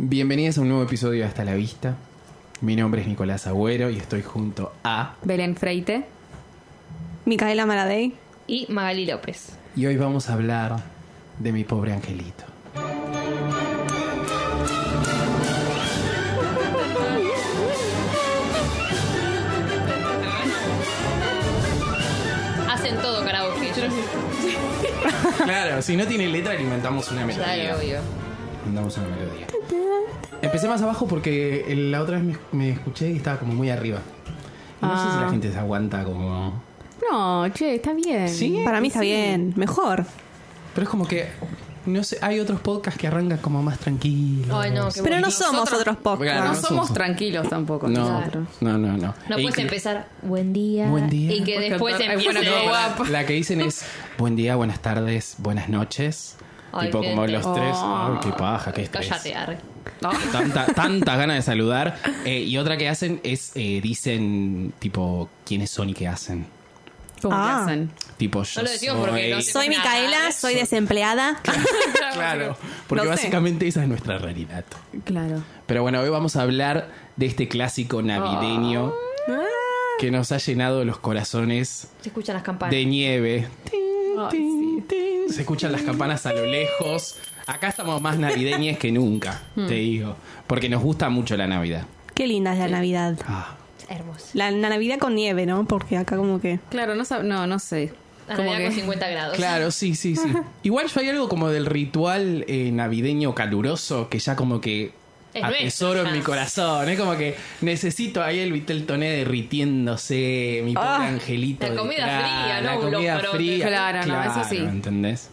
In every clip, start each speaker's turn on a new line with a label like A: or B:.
A: Bienvenidos a un nuevo episodio de Hasta la Vista. Mi nombre es Nicolás Agüero y estoy junto a...
B: Belén Freite
C: Micaela Maradei.
B: y Magali López.
A: Y hoy vamos a hablar de mi pobre angelito.
B: Hacen todo karaoke. ellos.
A: Claro, si no tiene letra le inventamos una melodía.
B: Claro, obvio.
A: Inventamos una melodía. Empecé más abajo porque la otra vez me, me escuché y estaba como muy arriba. Y No sé si
B: Ah.
A: la gente se aguanta como...
D: No, che, está bien.
A: Sí,
C: Para mí está bien, mejor.
A: pero es como que... No sé, hay otros podcasts que arrancan como más tranquilos.
B: Ay, no, qué
C: Pero no
B: Nosotros-
C: somos otros podcasts.
A: Claro.
D: No somos tranquilos tampoco
A: Ah, No,
D: nosotros.
A: no, no, no.
B: No
A: E
B: puedes
A: inclu-
B: empezar buen día,
A: Buen día.
B: y que
D: Puedes
B: después
D: cantar, "Ay,
B: empiece
D: buena
B: el
D: noche".
B: guapo.
A: La que dicen es buen día, buenas tardes, buenas noches.
B: Ay,
A: tipo como
B: gente.
A: los tres.
D: Oh.
A: Ay, qué paja, qué estrés.
B: Cállate, arre.
A: Tanta, tantas ganas de saludar. Eh, y otra que hacen es eh, dven tipo quiénes son y qué hacen.
D: ¿Cómo que
C: Ah.
D: hacen?
A: Tipo yo.
B: No lo decimos
A: soy-
B: porque no sé.
C: Soy Micaela, soy desempleada.
A: Claro. Porque
C: No sé.
A: básicamente esa es nuestra realidad.
D: Claro.
A: Pero bueno, hoy vamos a hablar de este clásico navideño
B: Ah.
A: que nos ha llenado los corazones
B: Se escuchan las campanas.
A: de nieve.
D: Ay, sí.
A: Se escuchan las campanas a lo lejos. Acá estamos más navideñes que nunca,
D: Hmm.
A: te digo. Porque nos gusta mucho la Navidad.
C: Qué linda es la Navidad.
A: Ah,
B: Hermoso.
C: La, la Navidad con nieve, ¿no? Porque acá como que...
D: Claro, no, sab- no, no sé.
A: Ah,
B: A
D: Como
B: Navidad con
D: que...
B: 50 grados.
A: claro, sí, sí, sí. Igual yo hay algo como del ritual eh, navideño caluroso que ya como que
B: Es
A: atesoro
B: nuestro,
A: en
B: ya.
A: mi corazón. Es como que necesito ahí el Vitel Toné derritiéndose, mi pobre
C: Ah,
A: angelito.
B: la comida
A: detrás, La
B: fría, no un
A: comida
B: locro,
A: fría.
D: claro, no, eso sí.
A: ¿Entendés?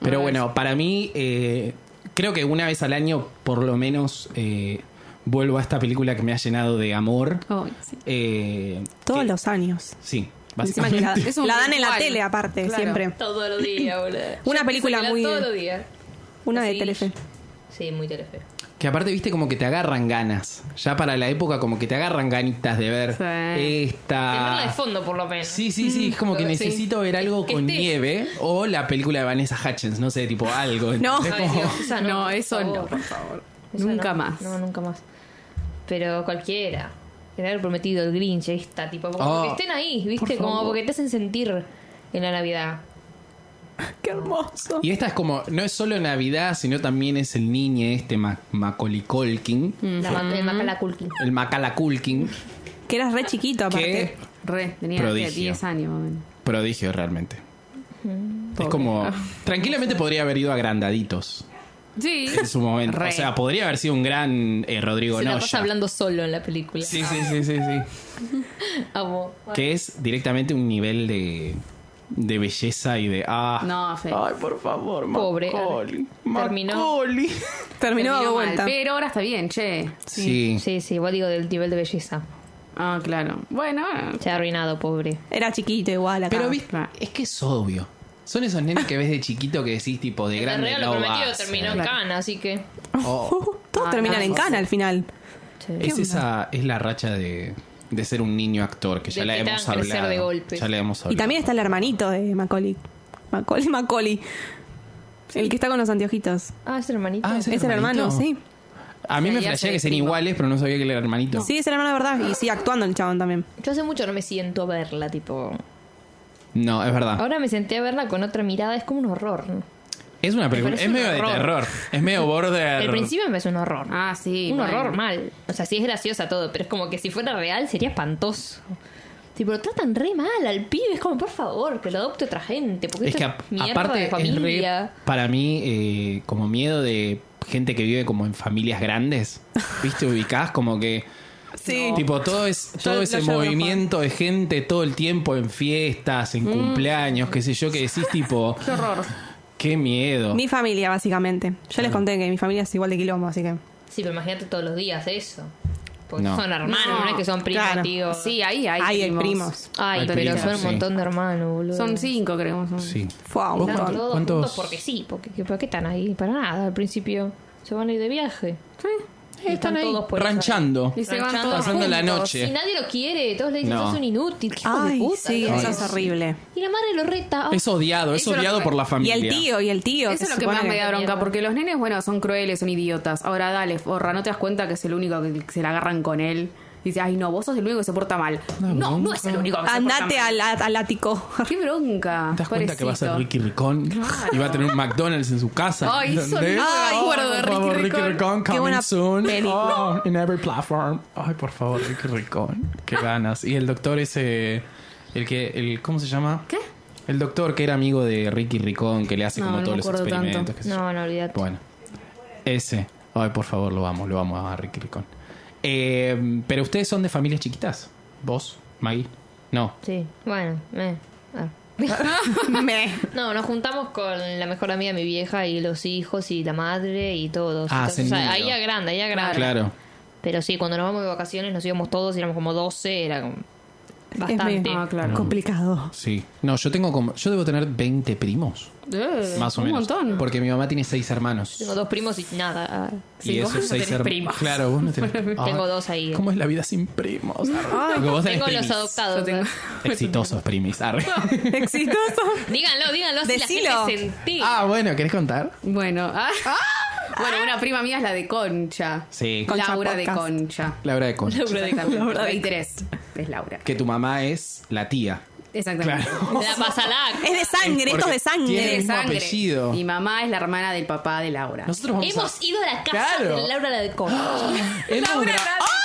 A: Pero
D: No,
A: bueno, para mí, eh, creo que una vez al año, por lo menos, eh, vuelvo a esta película que me ha llenado de amor.
D: Ay, sí.
A: Eh,
C: Todos
A: que-
C: los años.
A: Sí,
C: Encima que
A: básicamente.
C: la,
D: Es un
C: la dan en la
D: ritual.
C: tele aparte,
D: Claro.
C: siempre.
B: Todos los días, boludo. Yo empiezo
C: película
B: a mirar
C: muy-
B: Todos los días.
C: Una de
B: Sí.
C: Telefe.
B: Sí, muy Telefe.
A: Que aparte, viste, como que te agarran ganas. Ya para la época, como que te agarran ganitas de ver
D: Sí.
A: Ah.
B: Tenerla de
A: esta.
B: fondo, por lo menos.
A: Sí, sí, sí, es como que
D: Sí.
A: necesito ver algo
B: Que
A: con
B: esté.
A: nieve o la película de Vanessa Hutchins, no sé, tipo algo.
C: No.
A: ¿entendés?
B: Ay,
A: Como-
B: Dios, esa
D: no,
B: no, por
D: eso no,
B: favor.
D: por favor.
B: Esa
D: Nunca
B: no.
D: más.
B: No, nunca más. Pero cualquiera. El haber prometido el Grinch, esta, tipo, como
A: Oh,
B: que estén ahí, ¿viste?
A: por
B: Como
A: favor.
B: porque te hacen sentir en la Navidad.
C: Qué hermoso.
A: Y esta es como, no es solo Navidad, sino también es el niño este Ma- Macaulay Culkin,
B: La, ma- el Macala Culkin.
A: el Macala Culkin,
C: Que eras re chiquito
A: que
C: aparte.
D: Re, tenía ¿qué?
A: Prodigio.
D: 10 años más o menos.
A: prodigio realmente. Es
D: Pobre. Ah.
A: como, tranquilamente podría haber ido a Grandaditos
D: Sí.
A: en su momento.
D: Re.
A: O sea, podría haber sido un gran eh, Rodrigo
B: Se la pasa
A: Noya.
B: hablando solo en la película. Ah,
A: Sí, sí, sí, sí, sí.
B: Amo.
A: Que es directamente un nivel de, de belleza y de, ah,
D: No, fe.
A: ay, por favor,
B: Pobre.
A: Macaulay,
B: Terminó.
A: Macaulay.
C: Terminó de
D: Terminó mal,
C: vuelta.
D: Pero ahora está bien, che.
A: Sí.
B: Sí, sí, igual digo del nivel de belleza.
D: Ah, claro. Bueno, ah. bueno.
B: Se ha arruinado, pobre.
C: Era chiquito igual acá.
B: Ah,
A: Pero
D: vi-
A: viste,
D: claro.
A: es que es obvio. Son esos nenes que ves de chiquito que decís tipo de
B: El
A: grande
B: regalo
A: no va.
B: prometido
A: a ser.
B: terminó en
D: Claro.
B: cana, así que.
A: Oh,
C: Todos
D: Ah,
C: terminan
D: no,
C: en
D: sí.
C: cana al final.
B: sí.
A: es esa es la racha de, de ser un niño actor que ya
B: De
A: la
B: que te
A: hemos
B: hagan crecer
A: hablado.
B: de golpe.
A: Ya la hemos hablado.
C: Y también está el hermanito de Macaulay. Macaulay, Macaulay. El que está con los anteojitos.
B: Ah, es el hermanito.
A: Ah,
C: Es el hermano, sí.
A: A mí
D: Sí,
A: me
D: y hace
A: flashea
D: de
A: que sean
D: primo.
A: iguales, pero no sabía que él era hermanito.
C: Sí, es el hermano de verdad. Y sigue actuando el chabón también.
B: Yo hace mucho no me siento a verla, tipo.
A: No, es verdad.
B: Ahora me senté a verla con otra mirada, es como un horror. ¿no?
A: es una película,
B: parece
A: es
B: un
A: medio de
B: horror.
A: terror, es medio border.
B: El principio me es un horror.
D: Ah, sí.
B: un
D: bueno.
B: horror mal. O sea, sí es graciosa todo, pero es como que si fuera real sería espantoso. Tipo, lo tratan re mal al pibe. Es como, por favor, que lo adopte otra gente. Porque
A: es
B: esto
A: que
B: es
A: a-
B: mierda
A: aparte
B: de
A: es re-
B: familia.
A: para mí eh, como miedo de gente que vive como en familias grandes, viste ubicás como que
C: Sí.
A: Tipo, todo es todo
C: lo
A: ese
C: llevo
A: movimiento de gente todo el tiempo en fiestas, en cumpleaños, qué sé yo, que decís tipo,
D: Qué horror.
A: qué miedo.
C: Mi familia, básicamente. Yo les conté que mi familia es igual de quilombo, así que.
B: Sí, pero imagínate todos los días eso. Porque
A: No.
B: son hermanos, no,
D: No,
B: es que son primos,
C: claro.
B: tío.
D: Sí, ahí hay.
C: Ay, el primos.
B: Ay,
A: Hay
B: pero
A: primos,
B: son un
A: sí.
B: montón de hermanos, boludo.
D: Son cinco, creo. son-
A: Sí.
C: Fue un
A: ¿Vos
B: Están
C: montón.
A: cuánto-
B: todos
A: cuántos-
B: juntos porque sí, porque ¿para qué están ahí? Para nada, al principio. Se van a ir de viaje.
D: Sí.
B: están ahí todos por esa.
A: ranchando.
D: Y se van
B: Ranchando.
D: todos
A: Pasando la
D: juntos.
A: noche.
B: Y nadie lo quiere, todos le dicen,
A: No.
B: sos un inútil, hijo de
C: Ay,
B: puta.
C: sí,
B: ¿no?
C: eso es horrible.
B: Y la madre lo reta.
A: Es odiado, es
D: Eso es lo
A: odiado
D: que-
A: por la
C: Y
A: familia.
C: el tío, y el tío.
D: Eso es lo
C: se
D: que más
C: supone
D: me da bronca,
B: Mierda.
D: porque los nenes, bueno, son crueles, son idiotas. Ahora dale, forra, no te das cuenta que es el único que se la agarran con él. Dice, ay, no, vos sos el único que se porta mal. No, no, es el único que se porta
C: Andate
D: mal.
C: al, al ático.
D: ¡Qué bronca!
A: ¿Te das cuenta que va a ser
D: pobrecito.
A: Ricky Ricón? Y va a tener un McDonald's en su casa.
D: Ay, eso no
A: ¿entendés?
D: me acuerdo de
A: por
D: Ricky
A: favor,
D: Ricón.
A: Ricón, coming
C: buena
A: soon.
C: película.
A: Oh, in every platform. Ay, por favor, Ricky Ricón. Qué ganas. Y el doctor ese. El que. El, ¿Cómo se llama?
D: ¿Qué?
A: El doctor que era amigo de Ricky Ricón, que le hace
D: No,
A: como
D: no
A: todos
D: me
A: los
D: acuerdo tanto.
A: experimentos. qué sé yo.
B: No, no, olvídate.
A: Bueno, ese. Ay, por favor, lo amo, lo amo a Ricky Ricón. Eh, pero ustedes son de familias chiquitas. ¿Vos, Maggie? No.
B: Sí, bueno, eh, ah.
D: Me.
B: No, nos juntamos con la mejor amiga de mi vieja y los hijos y la madre y todos.
A: Ah,
B: Entonces,
A: hacen
B: o sea,
A: número.
B: ahí a grande, ahí a grande.
A: Claro.
B: Pero sí, cuando nos vamos de vacaciones nos íbamos todos, éramos como 12, era como
C: Es
B: bastante.
C: medio
D: Ah,
A: Mm.
D: claro.
C: complicado.
A: Sí. No, yo tengo como. Yo debo tener 20 primos.
D: Eh,
A: Más o
D: un
A: menos.
D: montón.
A: Porque mi mamá tiene seis hermanos.
B: Tengo dos primos y nada. ah.
D: Sí,
A: y
D: vos
A: esos
D: no
A: seis
D: tenés
A: herma-
D: primos.
A: Claro, vos no tenés primos.
B: Tengo dos ahí.
A: ¿Cómo es la vida sin primos? Porque vos tenés
B: Tengo los
A: primis.
B: adoptados.
D: Yo tengo-
A: Exitosos primis. Arre.
C: Exitoso.
B: Díganlo, díganlo, así la
C: Decilo.
B: gente sentí.
A: ah, bueno, ¿querés contar?
D: Bueno, ah. bueno, una prima mía es la de Concha.
A: Sí.
C: Concha
D: Laura de
C: Podcast.
D: Concha.
A: Laura de Concha.
D: Laura de Concha. 23. Es Laura.
A: Que tu mamá es la tía.
D: Exactamente.
A: Claro.
B: La pasalac.
C: Es de sangre, esto es de
A: Tiene el
C: sangre.
A: mismo
D: Sangre.
A: apellido.
D: Mi mamá es la hermana del papá de Laura.
A: Nosotros vamos
B: Hemos
A: a...
B: ido a la casa
A: Claro.
B: de Laura la de Concha.
A: Hemos
D: Laura,
A: gra-
D: la de Concha.
A: ¡Ah!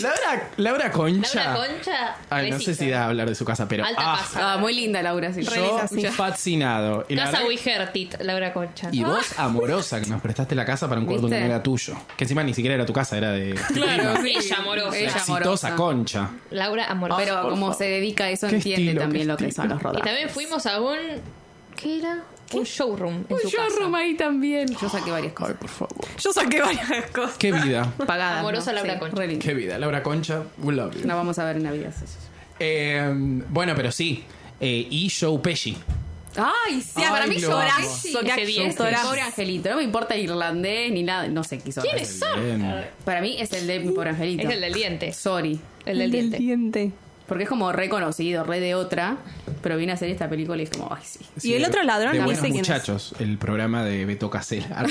A: Laura, Laura Concha.
B: Laura Concha.
A: Ay, no sé
B: resiste.
A: si da a hablar de su casa, pero...
B: Alta
A: Ah,
B: casa.
D: Ah, muy linda Laura, sí.
A: yo fascinado. Y la
B: Casa
A: verdad-
B: Wigertit, Laura Concha.
A: Y vos, amorosa, que nos prestaste la casa para un cuarto que
D: ¿Viste?
A: no era tuyo. Que encima ni siquiera era tu casa, era de.
B: Claro, ella amorosa.
D: Ella
A: Exitosa
D: amorosa.
A: concha.
B: Laura amorosa.
D: Pero como se dedica a eso,
A: Qué
D: entiende
A: estilo,
D: también
A: qué
D: lo que
A: estilo.
D: son los
B: Ah, Y
D: rodajes.
B: también fuimos a un. ¿Qué era? Un showroom. En
D: Un
B: su
D: showroom
B: casa.
D: ahí también. Yo saqué varias cosas.
A: por favor.
C: Yo saqué varias cosas.
A: Qué vida.
D: Pagadas.
B: Amorosa
D: ¿no?
B: Laura Concha.
D: re lindo.
A: Qué vida. Laura Concha, we love you.
D: La vamos a ver en Navidad. sí, sí, sí.
A: Eh, bueno, pero sí. Eh, y Joe Pesci.
D: Ay, sí,
A: Ay,
D: para mí
A: lo amo.
D: llorazo.
B: Ese
D: qué
B: diez,
D: actorazo.
B: ese.
D: Pobre angelito. No me importa irlandés ni nada. No sé qué hizo.
A: Bien.
D: Para mí es el de mi pobre angelito.
B: Es el del diente.
D: Sorry.
B: El del diente.
D: Porque es como reconocido, re de otra. Pero viene a hacer esta película y es como, ay, sí.
C: Y el otro ladrón,
A: de
C: no
A: buenos
C: sé quién es.
A: muchachos, el programa de Beto Casella. La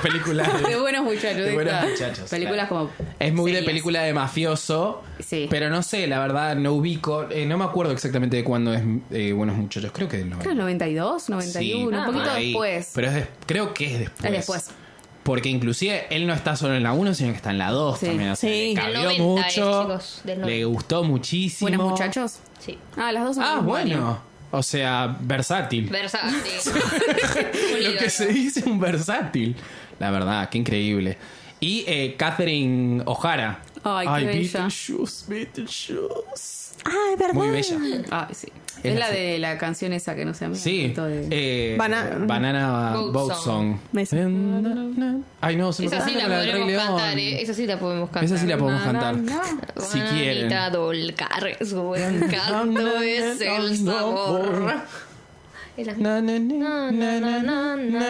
A: película de-
D: De buenos muchachos.
A: De buenos
D: esta-
A: muchachos.
D: Películas
A: claro.
D: como.
A: Es muy de
D: serias.
A: película de mafioso.
D: Sí.
A: Pero no sé, la verdad, no ubico. eh, no me acuerdo exactamente de cuándo es eh, Buenos Muchachos. Creo que del
D: Creo que
A: 90.
D: 92, 91,
A: Sí,
D: un
A: por
D: poquito
A: Ah, ahí.
D: después.
A: Pero es des- creo que es después.
D: Es después.
A: Porque inclusive él no está solo en la 1, sino que está en la 2
D: Sí. eh,
A: también. O sea,
C: Sí.
A: le
B: Del
A: cabió
B: 90 es,
A: mucho.
B: chicos, del
A: le
B: 90.
A: gustó muchísimo.
D: Buenos muchachos.
B: Sí.
D: Ah, las dos son
A: Ah,
D: del mismo año.
A: bueno. O sea, versátil.
B: Versátil.
A: Lo que se dice un versátil. La verdad, qué increíble. Y eh, Catherine O'Hara.
D: Ay, qué bella.
A: Beetlejuice, Beetlejuice.
C: Ah, es verdad.
A: Muy bella.
D: Ah, sí. Es,
A: Es
D: la
A: así.
D: de la canción esa que no se llama.
A: Sí.
D: De...
A: eh,
C: Bana-
A: Banana
B: Boat
A: Boat Song.
B: Song.
C: Me-
A: Ay, no, se me
B: Esa sí
A: confunde
B: la
A: con del Rey
B: podremos
A: León.
B: cantar, ¿eh? Esa sí la podemos cantar.
A: Esa sí la podemos
D: Na, na,
A: cantar.
D: na.
A: Si
B: Juanita
A: quieren.
B: Dolcar, su buen canto es el sabor. Es la-
A: Na, na, na, na, na, na, na,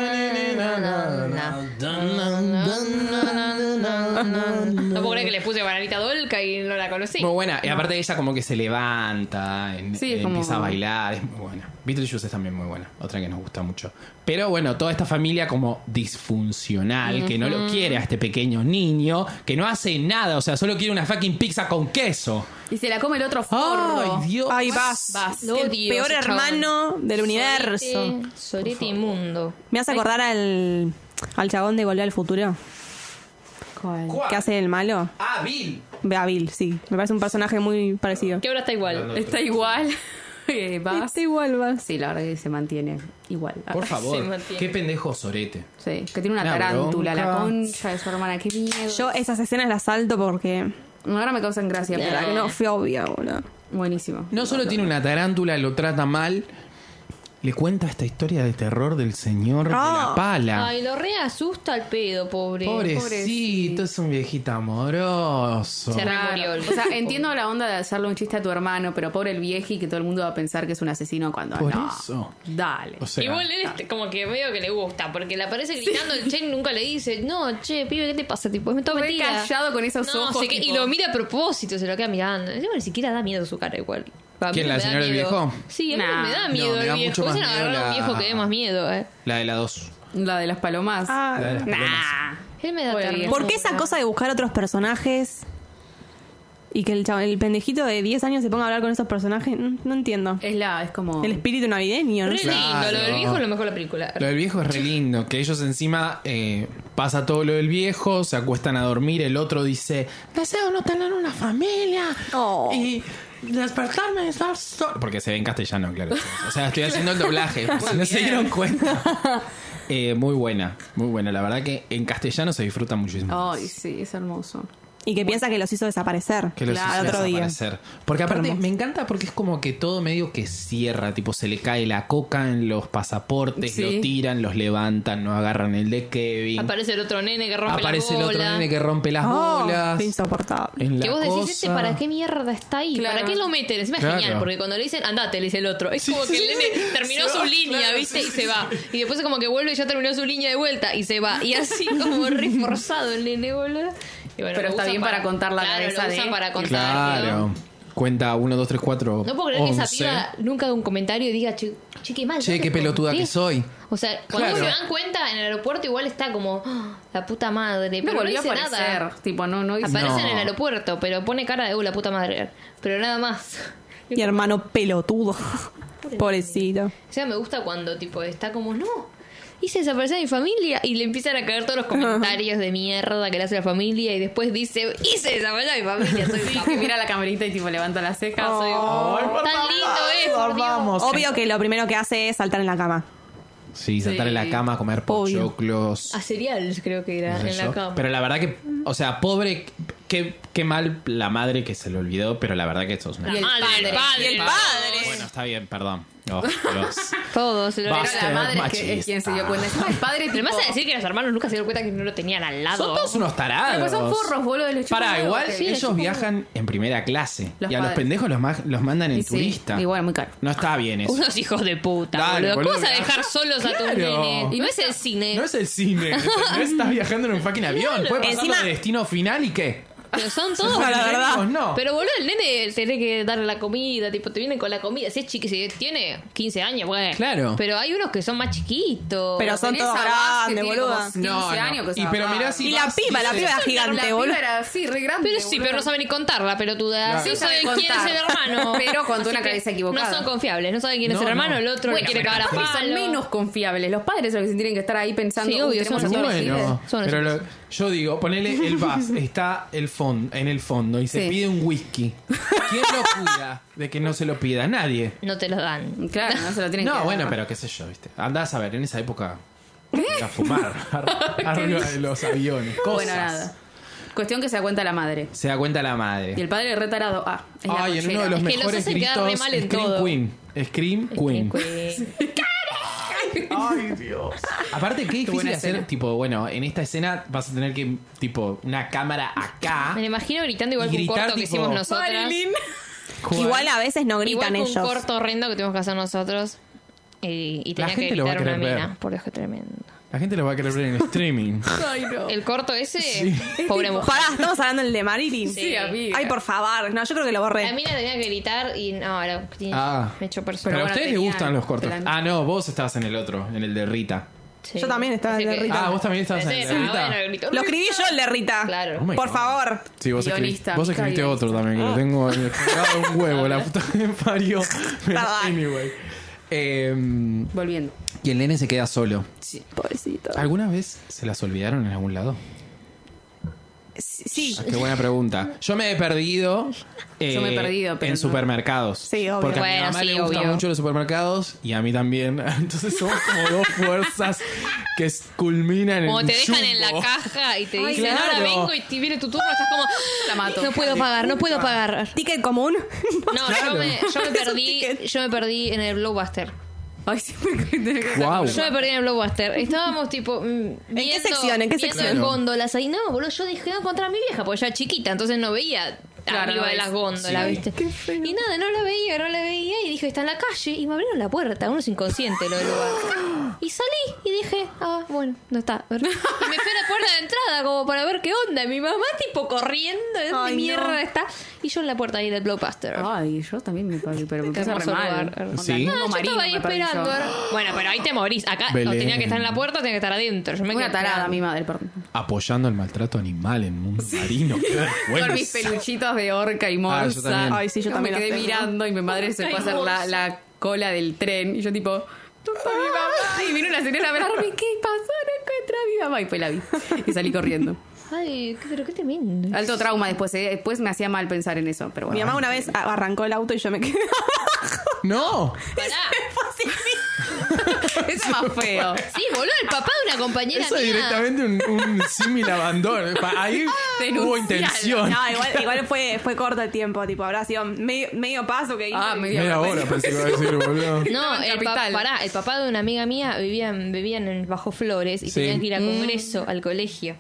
A: na, na, na, na, na.
B: No puedo creer que le puse Bananita Dolca y no la conocí.
A: Muy buena. Y aparte ella como que se levanta, en- eh,
D: Sí, es como-
A: empieza a bailar, es muy buena. Beetlejuice es también muy buena, otra que nos gusta mucho. Pero bueno, toda esta familia como disfuncional, que no lo quiere a este pequeño niño, que no hace nada, o sea, solo quiere una fucking pizza con queso.
D: Y se la come el otro forro.
A: ¡Ay, Dios!
C: Ay, vas.
D: Vas.
B: Lo
C: el
B: odio,
C: peor
B: ese chabón. este.
C: hermano del universo.
B: Sorete, sorete inmundo.
C: Me hace acordar al, al chabón de Volver al Futuro,
D: ¿Cuál?
A: ¿Cuál?
C: que hace el malo.
A: ¡Ah, Bill!
C: Ve a Bill, sí. Me parece un personaje muy parecido.
B: Que ahora está igual.
D: Está igual. Eh, vas.
C: Está Este igual, vas.
D: Sí, la verdad que se mantiene igual.
A: Por
B: Se
A: favor,
B: mantiene.
A: qué pendejo sorete.
D: Sí, que tiene una
A: La
D: tarántula, la
A: bronca.
D: concha de su hermana. Qué miedo.
C: Yo esas escenas las salto porque
D: No, Ahora me causan gracia,
C: la verdad
D: pero
C: que no fue obvia, boludo.
D: buenísimo.
A: No solo tiene una tarántula, lo trata mal, le cuenta esta historia de terror del señor de
C: Ah.
A: la pala.
B: Ay, lo re asusta al pedo, pobre.
A: Pobrecito, es un viejito amoroso.
B: Se re murió
D: Claro.
B: el-
D: O sea, entiendo la onda de hacerle un chiste a tu hermano, pero pobre el viejo y que todo el mundo va a pensar que es un asesino cuando
A: Por
D: no.
A: eso.
D: Dale.
A: O sea,
B: Igual él este, como que veo que le gusta, porque le aparece gritando el Chen nunca le dice, no, che, pibe, ¿qué te pasa? Tipo, es todo
D: Re
B: mentira.
D: callado con esos
B: No,
D: ojos,
B: sé qué, y
D: tipo-
B: lo mira a propósito, se lo queda mirando. Encima ni siquiera da miedo su cara igual. A mí
A: ¿Quién, la
B: no me da
A: señora del
B: miedo.
A: viejo?
B: Sí, a mí
D: Nah.
B: no me da
A: No,
B: miedo
A: me
B: el
A: da
B: viejo.
A: mucho más
B: Hubiesen agarrado
A: miedo
B: a un
A: la-
B: viejo que dé más miedo, eh.
A: la de la 2.
D: La de las palomas.
C: Ah.
A: La de las palomas.
D: nah.
B: Él me da
D: Pobre
B: ternura.
D: viejo.
C: ¿Por qué esa cosa de buscar otros personajes y que el, chavo- el pendejito de 10 años se ponga a hablar con esos personajes? Mm, No entiendo.
D: Es la, es como.
C: El espíritu navideño,
B: Re
C: ¿no? sé.
B: lindo, lo del
A: Claro.
B: viejo lo mejor la película.
A: Lo del viejo es re lindo, que ellos encima eh, pasa todo lo del viejo, se acuestan a dormir, el otro dice, deseo no tener una familia
C: Oh.
A: y despertarme y estar solo. Porque se ve en castellano, claro. O sea, estoy haciendo el doblaje, por si no se dieron cuenta. Eh, muy buena, muy buena. La verdad que en castellano se disfruta muchísimo.
D: Ay, sí, es hermoso.
C: Y que piensa que los hizo desaparecer
A: Que los
C: al
A: hizo
C: otro día.
A: desaparecer. Porque aparte
C: Hermoso.
A: me encanta porque es como que todo medio que cierra, tipo se le cae la coca en los pasaportes,
D: Sí.
A: lo tiran, los levantan, no agarran el de Kevin.
B: Aparece el otro nene que rompe
A: Aparece
B: la
A: el
B: bola.
A: otro nene que rompe las
C: Oh,
A: bolas.
C: qué insoportable.
A: En la
B: que vos decís,
A: cosa.
B: este, ¿para qué mierda está ahí?
D: Claro.
B: ¿Para qué lo meten? Encima
A: Claro.
B: es genial, porque cuando le dicen andate, le dice el otro. Es como
A: sí,
B: que el
A: sí,
B: nene
A: sí.
B: terminó
A: Se
B: su
A: va,
B: línea,
A: claro,
B: ¿viste?
A: sí,
B: y
A: sí,
B: se
A: sí.
B: va. Y después es como que vuelve y ya terminó su línea de vuelta y se va. Y así como reforzado el nene, boludo. Y bueno,
D: Pero
B: lo
D: está
B: usan
D: bien para contar la
B: claro,
D: cabeza
B: lo
D: de-
B: usan para contar.
A: Claro.
B: ¿no?
A: Cuenta 1, 2, 3, 4.
B: No puedo creer que esa piba nunca haga un comentario y diga, che, che, qué mal.
A: Che,
B: yo te
A: qué pelotuda
B: conté".
A: que soy.
B: O sea, cuando
A: Claro.
B: se dan cuenta en el aeropuerto igual está como, "Ah, la puta madre.
D: No
B: Pero no,
D: volvió a
B: dice
D: aparecer.
B: nada.
D: Tipo, no, no hizo-
B: Aparece
A: No.
B: en el aeropuerto, pero pone cara de, uh, la puta madre. Pero nada más.
C: Y hermano pelotudo. Pobrecito.
B: O sea, me gusta cuando, tipo, está como, no, hice desaparecer a mi familia. Y le empiezan a caer todos los comentarios de mierda que le hace la familia. Y después dice, hice desaparecer a mi familia. Soy
D: Sí,
B: capaz".
D: que mira la camerita y tipo levanta las cejas. soy-
A: Oh.
B: Tan lindo es, por Dios.
C: Obvio que lo primero que hace es saltar en la cama.
A: Sí, saltar en la cama, comer
C: Obvio.
A: pochoclos.
B: A cereales creo que era,
A: no sé
B: en la
A: yo.
B: cama.
A: Pero la verdad que, o sea, pobre, qué, qué mal la madre que se le olvidó, pero la verdad que esto es una...
B: La madre, el padre.
D: Y el
A: Bueno, está bien, perdón. Oh, Dios.
B: Todos. Lo
A: Basta.
D: Pero la madre es, que- es quien se dio cuenta. Es el padre tipo,
B: Además, a decir que los hermanos nunca se dieron cuenta que no lo tenían al lado.
A: Son todos unos tarados.
D: Pero pues son forros, boludo. les chupa
A: Para,
D: un huevo,
A: igual
D: que-
B: sí, les
A: ellos
B: chupa un
A: viajan en primera clase.
D: Los
A: y a los
D: padres.
A: pendejos los, ma- los mandan en
D: Y sí,
A: turista.
D: Y bueno, muy caro.
A: No está bien eso.
B: Unos hijos de puta,
A: Dale,
B: boludo. ¿Cómo
A: boludo,
B: vas a dejar
A: viajá.
B: solos a tus
A: Claro.
B: nenes? Y no es el cine.
A: No es el cine. No estás viajando en un fucking avión. Puede pasar
C: Encima-
A: de destino final y qué.
B: Pero son todos.
C: No, la verdad.
A: No.
B: Pero boludo, el nene tiene que darle la comida, tipo, te vienen con la comida. Si es chiqui, si tiene 15 años, bueno.
A: Claro.
B: Pero hay unos que son más chiquitos.
C: Pero son
D: Tenés
C: todos
D: a Vaz,
C: grandes,
D: que tiene
C: boluda.
D: como 15 años que
A: Y
D: se
A: pero
D: va.
A: mirá si
C: Y la
A: vas,
C: piba, la
A: dices-
C: piba
D: La
C: gigante,
D: piba
C: boludo.
D: era así, re grande.
B: Pero sí,
D: boluda.
B: pero no sabe ni contarla, pelotuda.
A: Claro.
B: Sí
A: No
B: sabe
D: sabe
B: quién es
D: contar.
B: el hermano.
D: Pero contó
B: Así
D: una
B: que
D: cabeza equivocada.
B: No son confiables, no saben quién es
A: No,
B: el hermano,
A: no.
B: el otro
D: Bueno,
B: le quiere
D: pero
B: cagar a
D: porque son
B: palo.
D: menos confiables. Los padres son los que se tienen que estar ahí pensando.
B: Sí, obvio,
D: "Uy, tenemos
B: son
D: a todos
B: así.
D: los
A: Bueno,
B: Sí, son
A: pero lo- yo digo, ponele el bus, está el fon- en el fondo y se
D: Sí.
A: pide un whisky. ¿Quién lo cuida de que no se lo pida? Nadie.
B: No te los dan.
D: giles". Claro, no se lo tienen que
A: No,
D: dar.
A: bueno, pero qué sé yo, viste. Andás a ver, en esa época a fumar ar- arriba de los aviones. Cosas.
D: Bueno, nada. Cuestión que se da cuenta la madre.
A: Se da cuenta la madre.
D: Y el padre retarado. Ah, es la
A: Ay, en uno de
D: cochera.
A: los
B: Es que los
A: mejores
B: hacen quedar
A: gritos.
B: re mal en
A: Scream
B: todo.
A: Queen. Scream Queen. Ay, Dios. Aparte, qué difícil
D: buena
A: hacer,
D: escena.
A: tipo, bueno, en esta escena vas a tener que, tipo, una cámara acá.
B: Me lo imagino gritando igual
A: Y
B: que un
A: gritar,
B: corto que
A: tipo,
B: hicimos nosotras.
D: Marilyn.
A: Joder.
C: Igual a veces no
B: Igual
C: gritan
B: que un
C: ellos.
B: corto horrendo que tuvimos que hacer nosotros. Y, y tenía que
A: gente lo va a
B: gritar una
A: querer ver.
B: mina. Por Dios, que tremendo.
A: La gente lo va a querer ver en streaming.
D: Ay, no.
B: El corto ese, pobre mujer.
C: Pará, estamos hablando del de Marilyn.
B: Sí,
D: amiga.
C: Ay, por favor. No, yo creo que lo borré.
B: La mina tenía que gritar y no, era,
A: Ah.
B: me echó persona.
A: Pero a
D: bueno,
A: ustedes les
D: tenía
A: gustan los cortos.
D: plan-
A: Ah, no, vos estabas en el otro, en el de Rita.
B: Sí.
C: Yo también estaba en
B: Ese
C: el
B: que-
C: Rita.
A: Ah, vos también estabas en
B: Ese
A: el
B: era,
A: Rita.
B: bueno, el grito.
C: Lo escribí yo el de Rita.
B: Claro.
A: Oh my
C: por
A: God.
C: favor.
A: Sí, vos
D: Guionista,
A: escribiste, vos
D: pica
A: escribiste
D: guionista.
A: otro también, que lo tengo en el colgado un huevo, la puta que me parió. anyway. Eh,
D: Volviendo.
A: y el nene se queda solo.
C: Pobrecito.
A: ¿Alguna vez se las olvidaron en algún lado?
C: Sí.
A: Ah, Qué buena pregunta. Yo me he perdido.
D: Yo me he
A: eh,
D: perdido, pero
A: en
D: no.
A: supermercados.
C: Sí, obvio.
A: Porque a mi
B: Bueno,
A: mamá
B: sí,
A: le gustan
B: obvio.
A: mucho los supermercados y a mí también. Entonces somos como dos fuerzas que s- culminan en
B: Como
A: un
B: te dejan en la
A: jumbo.
B: caja y te
A: Ay,
B: dicen,
A: claro.
B: ahora vengo y te viene tu turno, estás como,
D: La mato.
B: No puedo pagar, no puedo pagar.
C: Ticket común.
B: No, yo, me, yo me perdí, yo me perdí en el Blockbuster.
D: Ay, siempre que tengo que hacer-
A: Wow.
B: Yo me perdí en el blockbuster. Estábamos tipo. mm, ¿En
C: qué sección? ¿En qué sección?
B: góndolas ahí. No, boludo, yo dije, voy a encontrar a mi vieja, porque ya era chiquita, entonces no veía
D: Claro,
B: arriba
D: no
B: de
D: ves.
B: las góndolas,
A: Sí.
B: ¿viste?
C: Qué feo.
B: Y nada, no la veía, no la veía. Y dije, está en la calle. Y me abrieron la puerta, uno es inconsciente lo del lugar. Y salí y dije, ah, bueno, no está. Y me fui a la puerta de entrada, como para ver qué onda. Y Mi mamá, tipo, corriendo, ¿de dónde
C: Ay, no.
B: mierda está? Y yo en la puerta ahí del blockbuster.
D: Ay, yo también me perdí, pero me
B: Qué
D: puse re
B: hermoso
D: mal.
B: lugar.
D: Onda,
A: Sí.
D: no,
B: Ah, yo
D: marino,
B: estaba ahí
D: me pareció.
B: esperando. Bueno, pero ahí te morís. Acá o
A: Belén.
B: tenía que estar en la puerta, tenía que estar adentro. Yo me
D: Una
B: quedé
D: tarada,
B: esperando.
D: mi madre, perdón.
A: Apoyando el maltrato animal en mundo marino. Qué vergüenza.
D: Con mis peluchitos de orca y morsa.
A: pues. Ah, yo también.
C: Ay, sí, yo también los
D: Me quedé
C: tengo.
D: mirando y mi madre se fue a hacer la, la cola del tren. Y yo tipo, ¿dónde está mi mamá? Y vino una señora a verme, ¿qué pasó? No encontré a mi mamá. Y fue la vi. Y salí corriendo.
B: Ay, qué- pero qué tremendo.
D: Alto trauma después. eh. Después me hacía mal pensar en eso, pero bueno.
C: Mi mamá una vez a- arrancó el auto y yo me quedé.
A: No.
B: Pará.
D: Eso es más feo.
B: Sí, boludo, el papá de una compañera
A: Eso es
B: mía.
A: directamente un, un símil abandono. Pa- Ahí hubo
D: Denuncialo.
A: intención.
C: No, igual, igual fue, fue corto el tiempo, tipo, habrá sido medio, medio paso que hice.
D: Ah, media
A: Media hora pensé que iba a decir, boludo.
B: No, el, pa-
D: Capital.
B: pará, el papá de una amiga mía vivían, vivían en Bajo Flores y
A: Sí.
B: tenían que ir a
C: Mm.
B: congreso, al colegio.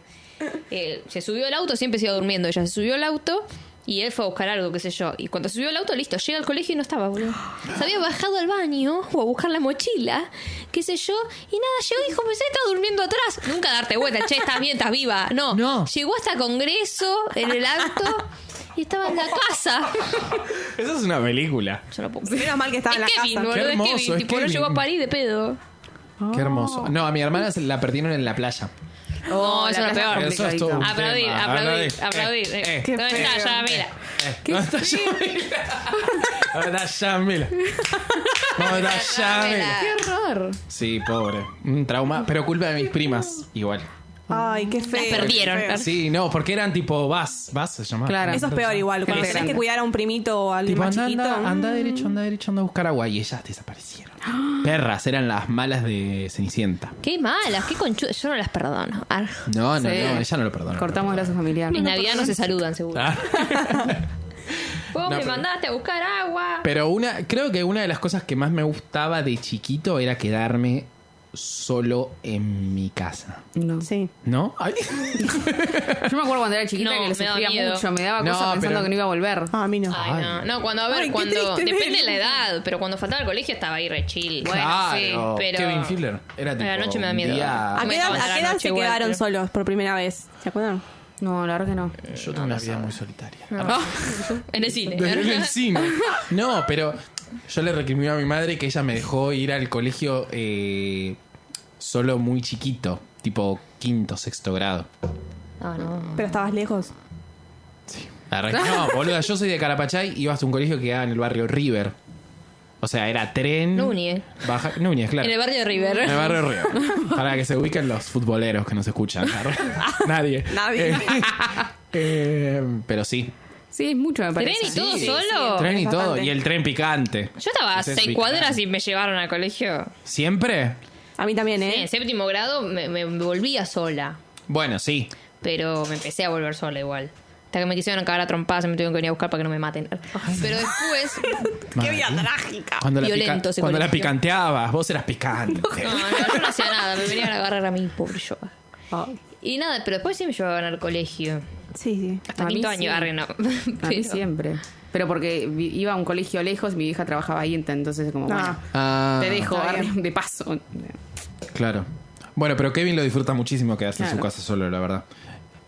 B: Eh, se subió al auto, siempre se iba durmiendo. Ella se subió al auto y él fue a buscar algo, qué sé yo. Y cuando subió al auto, listo, llega al colegio y no estaba, boludo. Se había bajado al baño o a buscar la mochila, qué sé yo. Y nada, llegó y dijo, pensé que estaba durmiendo atrás. Nunca darte vuelta, che, estás bien, estás viva. No,
A: No.
B: llegó hasta congreso en el auto y estaba en la casa.
A: Eso es una película.
B: Yo no puedo creer.
C: Menos mal que estaba en la
B: es Kevin,
C: casa.
B: boludo,
A: Qué
B: es
A: hermoso,
B: Kevin.
A: es
B: tipo, no
A: Kevin.
B: llegó a París de pedo.
A: Qué hermoso. No, a mi hermana se la perdieron en la playa.
B: No,
D: la
B: eso es lo
D: playa
B: peor.
A: Eso
D: complicadita.
A: es todo.
B: Aplaudir,
A: tema.
B: aplaudir,
A: Aplaudir.
B: aplaudir.
A: Eh, eh.
B: Eh, ¿Dónde
C: Qué
B: está
C: feo.
B: Yamila?
A: Eh, ¿Dónde está Yamila? ¿Dónde está Yamila? ¿Dónde está Yamila?
B: Yamila.
D: horror.
A: Sí, pobre. Un trauma. Pero culpa de mis primas. Igual.
C: Ay, qué feo.
B: Las perdieron.
C: qué feo.
A: Sí, no, porque eran tipo vas, vas se llamaba. eh,
D: Claro.
C: Eso es peor igual, cuando
D: Qué
C: tenés que
D: grande.
C: cuidar a un primito o a alguien
A: Tipo,
C: más
A: anda,
C: chiquito.
A: anda, anda derecho, anda derecho, anda a buscar agua. Y ellas desaparecieron. Perras, eran las malas de Cenicienta.
B: Qué malas, qué conchudas. Yo no las perdono. Ar.
A: No, no,
D: Sí.
A: no, ella no lo perdona.
D: Cortamos
A: no lo
D: lazos
A: perdona.
D: familiares.
B: En Navidad no se saludan, seguro.
A: Ah.
B: Vos
A: No,
B: me
A: pero-
B: mandaste a buscar agua.
A: Pero una, creo que una de las cosas que más me gustaba de chiquito era quedarme solo en mi casa.
D: No.
C: Mm, Sí.
A: ¿No? Ay.
D: Yo me acuerdo cuando era chiquita
B: No,
D: que le
B: me da
D: sufría
B: miedo.
D: mucho. Me daba
A: No,
D: cosas pensando
A: pero-
D: que no iba a volver.
C: Ah, a mí no.
B: Ay, no. No, cuando, a ver,
C: Ay, qué
B: cuando.
C: triste,
B: Depende de
C: Mel.
B: la edad, pero cuando faltaba el colegio estaba ahí re chill.
A: Claro,
B: sí, pero-
A: Kevin Fiedler. Era
B: A la
A: tipo,
B: noche me da
A: un
B: miedo. Ah,
A: día-
C: ¿A
B: me
C: qué edad,
B: acabo de
C: a qué
B: la
C: edad
B: noche
C: se
B: igual,
C: quedaron
B: pero-
C: solos por primera vez? ¿Se acuerdan?
D: No, la verdad que no.
A: Eh, Yo tuve una vida muy solitaria.
B: En el cine.
A: Desde el cine. ¿Eh? No, pero yo le recrimí a mi madre que ella me dejó ir al colegio eh, solo muy chiquito, tipo quinto, sexto grado.
B: Ah, no.
C: Pero estabas lejos.
A: La re- No, boluda, yo soy de Carapachay, ibas a un colegio que quedaba en el barrio River. O sea, era tren.
B: Núñez.
A: Baja, Núñez, claro.
B: En el barrio de
A: En el
B: River.
A: barrio River. Para que se ubiquen los futboleros que nos escuchan. Nadie.
C: Nadie.
A: Eh, eh, pero sí.
D: Sí, es mucho, me
B: ¿Tren
D: parece.
B: y todo
D: Sí.
B: solo?
A: tren y
C: es
A: todo.
C: bastante.
A: Y el tren picante.
B: Oh, Yo estaba a
A: Ese es
B: seis
A: picante.
B: cuadras y me llevaron al colegio.
A: ¿Siempre?
C: A mí también,
B: Sí, en
C: ¿eh?
B: séptimo grado me, me volvía sola,
A: Bueno, sí.
B: pero me empecé a volver sola igual. Hasta que me quisieron cagar a trompadas y me tuvieron que venir a buscar para que no me maten. Pero después...
A: Madre.
C: trágica!
A: Cuando la,
B: Violento
A: pica-
B: ese
A: cuando la
B: colegio.
A: picanteabas, vos eras picante.
B: No, no, yo no hacía nada, me venían a agarrar a mí, pobre yo.
D: Ah.
B: Y nada, pero después sí me llevaban al colegio.
C: Oh. Sí, sí.
B: Hasta
D: A mí
B: quinto
D: sí.
B: año, arre, no.
D: A mí
B: Pero-
D: siempre. Pero porque vi- iba a un colegio lejos, mi vieja trabajaba ahí, ent- entonces como,
C: Ah.
D: bueno,
A: Ah,
D: te dejo
C: Está bien.
D: arre, de paso.
A: Claro. Bueno, pero Kevin lo disfruta muchísimo quedarse en su
D: Claro.
A: casa solo, la verdad.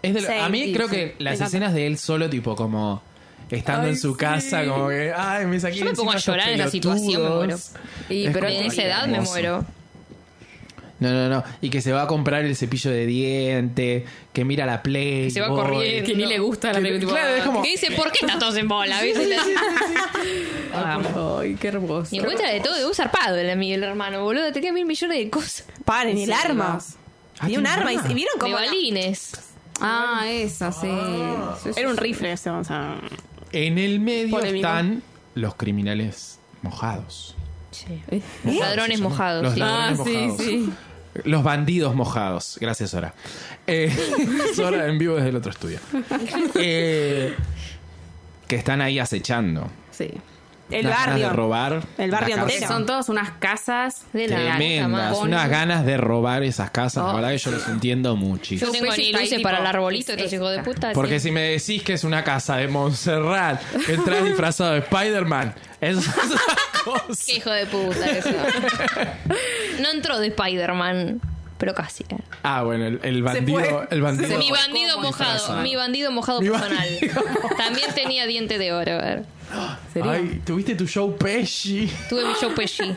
A: Es de lo-
C: Sí,
A: a mí
D: sí,
A: creo
D: sí.
A: que las
D: encanta.
A: escenas de él solo, tipo como estando en su casa, como que, ay, me saqué
B: Yo me
A: encima
B: pongo a
A: estos
B: llorar en esa situación, me muero.
A: pelotudos".
D: Y,
A: Es
D: pero
A: como
B: en esa edad me
A: hermoso.
B: muero.
A: No, no, no. Y que se va a comprar el cepillo de diente, que mira la play.
B: se va
A: Boy.
B: corriendo.
D: Que ni le gusta la
A: Que-
D: película.
A: claro, es como-
B: Que dice, ¿por qué están todos en bola? ¿Viste?
D: Ay, qué hermoso.
B: Y encuentra de todo, de un zarpado el, ami- el hermano, boludo. Tenía mil millones de cosas.
C: Paren,
D: Sí,
C: el arma.
D: vas.
A: Ah,
C: Tenía un
A: tiene
C: arma. ¿Y
A: arma.
C: y vieron
B: De
C: cómo?
B: balines.
D: Ah, esa, sí. Sí, sí,
C: Era un
D: sí.
C: rifle eso, o sea...
A: En el medio
C: Polémico.
A: están los criminales mojados.
B: Sí.
D: ¿Eh?
B: Los
A: se
B: ladrones
A: llama.
B: mojados.
A: Los
B: sí.
D: Ah,
A: Ladrones
D: sí,
A: mojados.
D: sí.
A: Los bandidos mojados. Gracias, Sora. Eh, Sora en vivo desde el otro estudio. Eh, que están ahí acechando.
D: Sí.
C: El
A: unas ganas
C: barrio.
A: de robar.
C: El barrio
A: una
C: entero.
A: casa.
D: Son todas unas casas
B: De la puta madre.
A: Tremendas,
B: Con-
A: unas ganas de robar esas casas. La verdad que yo los entiendo
B: Oh. Yo
A: muchísimo.
B: no tengo
D: Pues
B: ni
D: está ahí,
B: luces
D: tipo,
B: para el arbolito,
D: es
B: estos hijos de
D: esta.
B: puta.
A: Porque
B: sí.
A: si me decís que es una casa de Montserrat, que entras disfrazado de Spider-Man, eso es otra cosa.
B: Qué hijo de puta que sos. No entró de Spider-Man, pero casi. eh.
A: Ah, bueno, el, el bandido.
C: fue.
A: El bandido.
B: Mi bandido
D: ¿Cómo
B: mojado,
A: disfrazado?
B: mi bandido mojado
A: Mi
B: personal.
A: bandido.
B: También tenía diente de oro. a ver.
D: ¿Sería?
A: Ay, tuviste tu show Pesci.
B: Tuve mi show Pesci.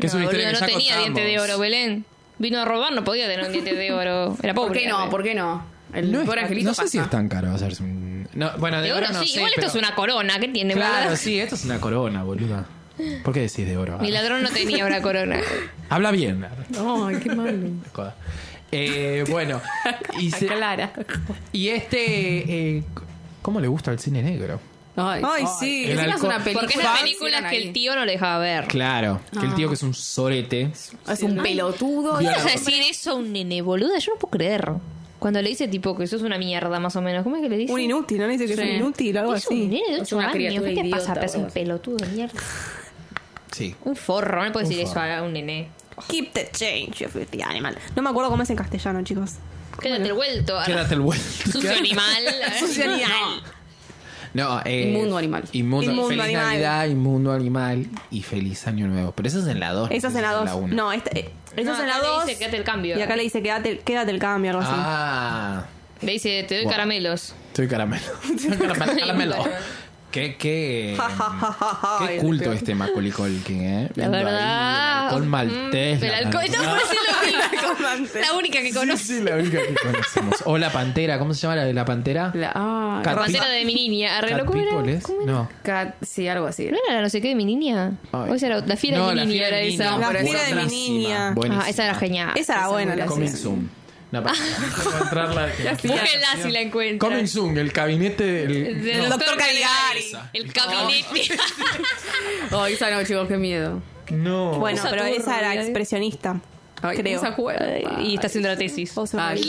A: Que es
B: no,
A: una historia
B: boludo,
A: que ya
B: no tenía
A: contamos.
B: diente de oro, Belén. Vino a robar, no podía tener un diente de oro. Era pobre.
D: ¿Por qué no?
B: Belén.
D: ¿Por qué no? El
A: es-
D: pobre angelito
A: no sé
D: pasa.
A: si es tan caro hacerse un. No, bueno, de,
B: De oro
A: no
B: sí,
A: sé,
B: igual
A: pero-
B: esto es una corona, ¿qué tiene?
A: Claro,
B: boludo?
A: sí, esto es una corona, boluda. ¿Por qué decís de oro? Ah.
B: Mi ladrón no tenía una corona.
A: Habla bien.
D: Ay, qué malo.
A: Joda. Eh, bueno, y, se-
D: Clara.
A: y este. eh, ¿Cómo le gusta el cine negro?
D: Ay,
C: Ay, sí.
A: El
D: Encima es
A: alcohol-
D: una película.
B: Porque
D: que
B: esas películas
D: hicieron
B: que
D: ahí.
B: el tío no le dejaba ver.
A: Claro, que el tío que es un sorete.
D: Es un pelotudo.
B: ¿Cómo vas a decir eso a un nene, boluda? Yo no puedo creer. Cuando le dice tipo que sos una mierda, más o menos. ¿Cómo es que le dice?
C: Un inútil, ¿no? Le Dice que es
D: Sí.
C: un inútil o algo
B: Es un
C: así.
B: nene de
D: Es
B: 8
D: una
B: años.
D: criatura
B: ¿Qué te pasa?
D: idiota,
B: Parece un
D: boludo.
B: pelotudo de mierda.
A: Sí.
B: Un forro. No le puedes
A: Un
B: decir eso
A: forro.
B: a un nene.
C: Keep the change of the animal. No me acuerdo cómo es en castellano, chicos.
B: Quédate el vuelto.
A: Quédate el vuelto.
B: Sucio animal.
C: Sucio animal.
A: No, eh,
D: Inmundo animal.
A: Inmundo,
C: Inmundo
A: feliz
C: animal.
A: Navidad, inmundo animal y feliz año nuevo. Pero eso es en la 2.
C: Esa es en la 2. No, esta, eh, esa
B: No,
C: es en la
B: acá le
C: 2.
B: dice, "Quédate el cambio".
C: Y acá le dice, quédate, el- quédate el cambio, algo así.
A: Ah,
B: Le dice, te doy
A: Wow.
B: caramelos.
A: estoy caramelo. Estoy caramelo. caramelo. Qué, qué,
C: Ja, ja, ja, ja, ja.
A: qué
C: Y-
A: culto este Macaulay Culkin, ¿eh?
B: La
A: Viendo ahí
B: verdad.
A: El alcohol
B: Mm,
A: maltés.
B: El
A: la
B: alcohol. No,
A: naranja.
B: pero sí lo vi. La única que conozco.
A: Sí, la única que conocemos. O la pantera, ¿cómo se llama la de la pantera?
D: La- ah,
A: Cat-
B: Pantera de mi niña. Arre,
A: Cat
B: ¿no? ¿Cómo era?
A: People, ¿es?
B: ¿Cómo era?
A: No.
D: Cat- sí, algo así.
B: ¿No era la no sé qué de mi niña?
A: Ay.
B: O esa era la fiera
A: No,
B: de mi
A: la
B: niña.
A: fiera
B: Era
A: de mi
B: esa.
A: niña.
C: La fiera de mi
A: Buenísima,
C: niña. Ah,
B: Ah, esa era
A: buenísima.
B: genial.
C: Esa era buena, la
A: Coming
C: hacía.
A: Soon. No, para, encontrar la-
B: Búsquenla si la encuentran.
A: Coming Soon, el gabinete del.
B: Del
A: no.
B: doctor Caligari.
A: Esa.
B: El gabinete.
D: Oh, esa no, chicos, qué miedo.
A: No.
C: Bueno,
B: Usa
C: pero
B: tu
C: esa era
B: rubia.
C: expresionista.
D: Ay,
C: creo.
D: usa cuerda.
B: Y está haciendo la tesis.
C: O sea,
D: Ay.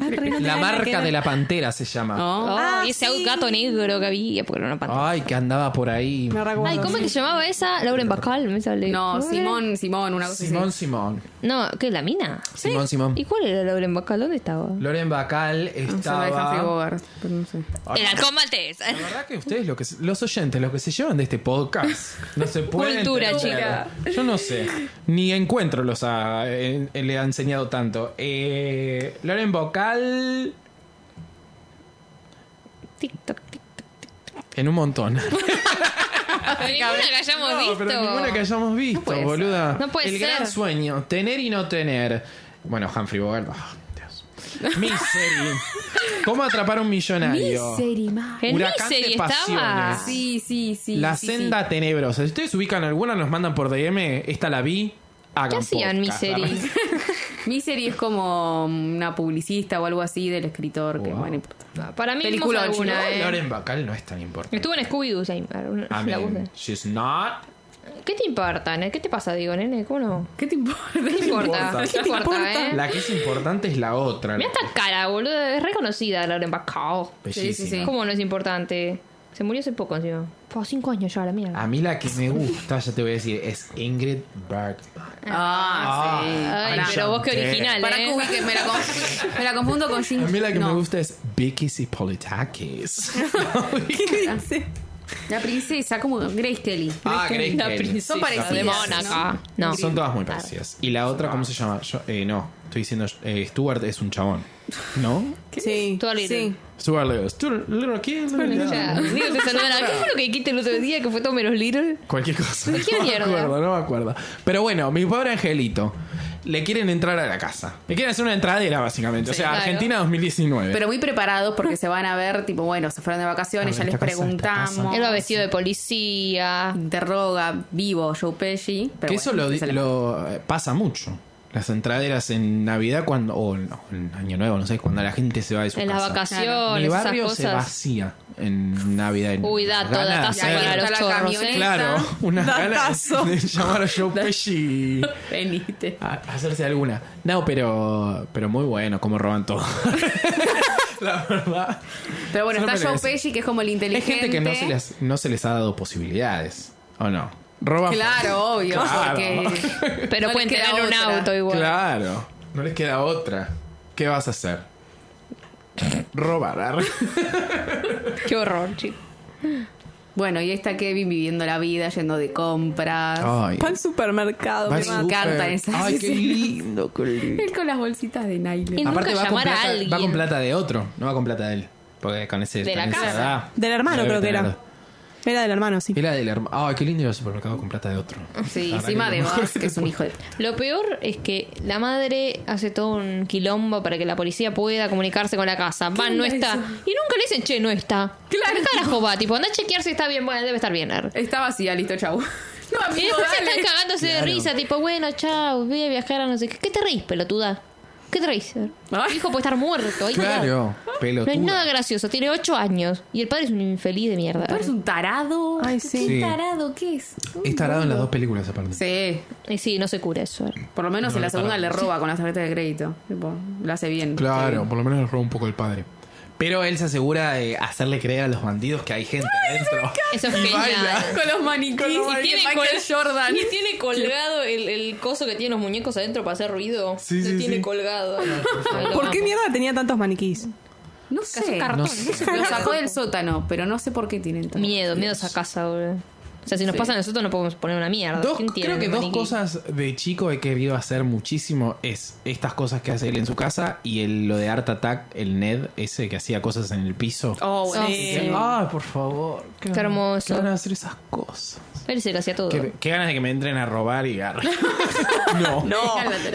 C: ay, re, no te
A: La
C: hagas
A: marca
C: que-
A: de la pantera se llama.
D: No.
B: Oh,
C: Ah,
B: y ese
C: sí.
B: gato negro que había, porque era una pantalla.
A: Ay, que andaba por ahí.
C: Me recuerdo.
B: Ay, ¿cómo es que se llamaba esa? Lauren Bacall, me sale.
D: No,
B: ¿Cómo era?
D: Simón, Simón, una cosa
A: Simón,
D: así.
A: Simón.
B: No, ¿qué? ¿La mina?
A: Simón, Simón.
B: ¿Y cuál era Lauren Bacall? ¿Dónde estaba?
A: Loren Bacal
D: No sé, la de Humphrey
A: estaba.
D: Bogart, pero no sé.
A: Ah.
B: El halcón maltés.
A: La verdad que ustedes, lo que, los oyentes, los que se llevan de este podcast, no se pueden.
B: Cultura,
A: entender. Yo no sé. Ni encuentro los ha, eh, le ha enseñado tanto. Eh, Loren Vocal.
B: TikTok, TikTok.
A: En un montón. No,
B: Ninguna que hayamos visto.
A: pero ninguna que hayamos visto,
B: puede ser.
A: boluda.
B: No puede
A: El
B: ser.
A: gran sueño, tener y no tener. Bueno, Humphrey Bogart. ah, Dios. Misery. ¿Cómo atrapar a un millonario?
B: En
A: Huracán
B: Misery
A: de
B: estaba.
A: pasiones.
D: Sí, sí, sí.
A: La
D: sí,
A: senda tenebrosa. Si ustedes ubican alguna, nos mandan por DM. Esta la vi. Hagan
B: ¿Qué hacían
A: podcast.
B: Misery?
D: sí. Misery es como una publicista o algo así del escritor, que bueno, no importa.
B: Para mí vimos
D: Peliculón,
B: alguna,
D: chicos.
B: eh.
A: Loren Bacal no es tan importante.
B: Estuvo en Scooby-Doo. sí, alguna-
A: I
B: la
A: mean,
B: busqué.
A: she's not.
B: ¿Qué te importa, nene? ¿Qué te pasa, digo, nene? ¿Cómo no?
D: ¿Qué te importa?
B: ¿Qué importa? ¿Qué te importa, eh?
A: La que es importante es la otra.
B: Mira esta cara, boludo. Es reconocida Lauren Bacall.
A: Bellísima.
D: Sí, sí, sí.
B: ¿Cómo no es importante? Se murió hace poco encima. Fue cinco años ya, la mierda.
A: A mí la que me gusta, ya te voy a decir, es Ingrid Bergman.
D: Ah, sí.
A: Ah,
B: Ay,
A: Ay,
B: pero vos qué
A: Chanté.
B: original,
D: Para
B: ¿eh?
D: que ubique, me la, conf- me la confundo con Jim.
A: A mí la que
D: no,
A: me gusta es Vicky Sipolitakis.
C: ¿Qué dice?
D: La princesa, como Grace Kelly.
A: ah, Grace
B: La
A: Kelly.
B: princesa
D: Son parecidas,
B: de Mónaco. No.
A: Son todas muy parecidas. Y la otra, ¿cómo se llama? Yo- eh, no, estoy diciendo, eh, Stuart es un chabón. ¿No?
C: Sí.
B: Todo lindo.
C: Sí.
A: Stuart Little. Stuart Little aquí. Little
B: O
A: allá.
B: sea, digo, te saludan. ¿Qué fue lo que dijiste el otro día que fue todo menos Little?
A: Cualquier cosa.
B: ¿De qué
A: no
B: mierda?
A: me acuerdo, no me acuerdo. Pero bueno, mi pobre angelito. Le quieren entrar a la casa. Le quieren hacer una entradera, básicamente. o sea,
B: claro.
A: Argentina 2019.
D: Pero muy preparados porque se van a ver, tipo, bueno, se fueron de vacaciones,
A: A
D: ya
A: ver,
D: les
A: esta casa, esta
D: preguntamos.
B: Él va vestido de policía.
D: Interroga vivo Joe Pesci. Pero
A: que eso
D: bueno,
A: lo,
D: se la-
A: lo, eh, pasa mucho. Las entraderas en Navidad cuando, o no, en Año Nuevo, no sé, cuando la gente se va de su
B: En las
A: casa.
B: vacaciones,
A: Mi barrio
B: esas
A: se
B: cosas.
A: vacía en Navidad. en-
B: Uy, dato,
A: ganas de
B: datazo
A: hacer-
B: para los
D: Está la
B: chorros,
D: camioneta.
B: ¿eh?
A: Claro, unas ganas
C: Datazo.
A: de llamar a Joe Pesci.
D: Venite.
A: A- hacerse alguna. No, pero pero muy bueno, como roban todo. La verdad.
D: Pero bueno,
A: Solo
D: está Joe
A: merece.
D: Pesci, que es como el
A: Es
D: inteligente.
A: gente que no se, les, no se les ha dado posibilidades. ¿O no? Roba
D: Claro, obvio.
A: Claro.
D: Porque...
B: Pero
D: No
B: pueden
D: le queda
B: tener un
D: otra.
B: auto igual.
A: Claro. No les queda otra. ¿Qué vas a hacer? Robar. arre.
B: Qué horror, chicos.
D: Bueno, y ahí está Kevin viviendo la vida, yendo de compras.
A: Ay.
C: Fue al supermercado.
A: va
D: me
A: al
C: mamá.
A: súper.
D: encantan esas
A: Ay, qué
D: escenas.
A: lindo, qué lindo.
D: Él con las bolsitas de nylon.
B: Y nunca
A: Aparte va con,
B: llamar a
A: plata,
B: alguien.
A: va con plata de otro, no va con plata de él. Porque con ese.
B: De la
A: con esa
B: casa.
A: edad,
C: Del hermano
A: no debe
C: creo que
A: tener.
C: era. Era del hermano, sí.
A: Era del hermano. Ay, qué lindo ir al supermercado con plata de otro.
D: Sí,
A: La verdad
D: encima
A: que
D: de
A: lo mejor
D: vos,
A: que
D: que es un hijo de...
B: Lo peor es que la madre hace todo un quilombo para que la policía pueda comunicarse con la casa. Van, no está. Y nunca le dicen, che, no está.
D: Claro.
B: ¿Qué carajo va? Tipo, anda a chequear si está bien. Bueno, debe estar bien. arre.
D: Está vacía, listo, chau. No,
B: Y
D: amigo,
B: después
D: dale.
B: están cagándose de risa, tipo, bueno, chao, voy a viajar a no sé qué. ¿Qué te reís, pelotuda? ¿Qué te reís? Mi hijo puede estar muerto. ahí
A: Claro,
B: está. No
A: pelotudo.
B: hay nada gracioso, tiene ocho años y el padre es un infeliz de mierda.
D: Pero es un tarado.
C: Ay, sí.
A: Sí.
D: ¿Qué tarado qué es?
A: Es tarado en las dos películas aparte.
D: Sí,
B: Y sí, no se cura eso. arre.
D: por lo menos en la segunda le roba con la tarjeta de crédito. Tipo, lo hace bien.
A: Claro,
D: Sí.
A: por lo menos le roba un poco el padre. Pero él se asegura de hacerle creer a los bandidos que hay gente adentro.
B: Eso es genial.
D: Con los maniquíes y tiene Michael
B: col-
D: Jordan.
B: y tiene colgado el, el coso que tienen los muñecos adentro para hacer ruido.
A: Sí,
B: Lo
A: sí,
B: tiene
A: sí.
B: colgado.
C: ¿Por qué mierda tenía tantos maniquís?
D: No sé.
B: cartón.
A: No
D: Lo sacó del sótano, pero no sé por qué tienen tanto.
B: Miedo, miedo a esa casa, boludo. O sea, si nos
D: Sí.
B: pasa a nosotros no podemos poner una mierda.
A: Dos-
B: ¿Quién tiene
A: creo que
B: un
A: dos
B: maniquí?
A: cosas de chico he querido hacer muchísimo es estas cosas que hace él en su casa y el, lo de Art Attack, el Ned ese que hacía cosas en el piso.
D: Oh, bueno.
B: Sí.
A: Eh, Ay, por favor. Qué,
B: Qué hermoso.
A: Qué ganas de hacer esas cosas.
B: Él se lo hacía todo.
A: Qué, qué ganas de que me entren a robar y agarrar. no.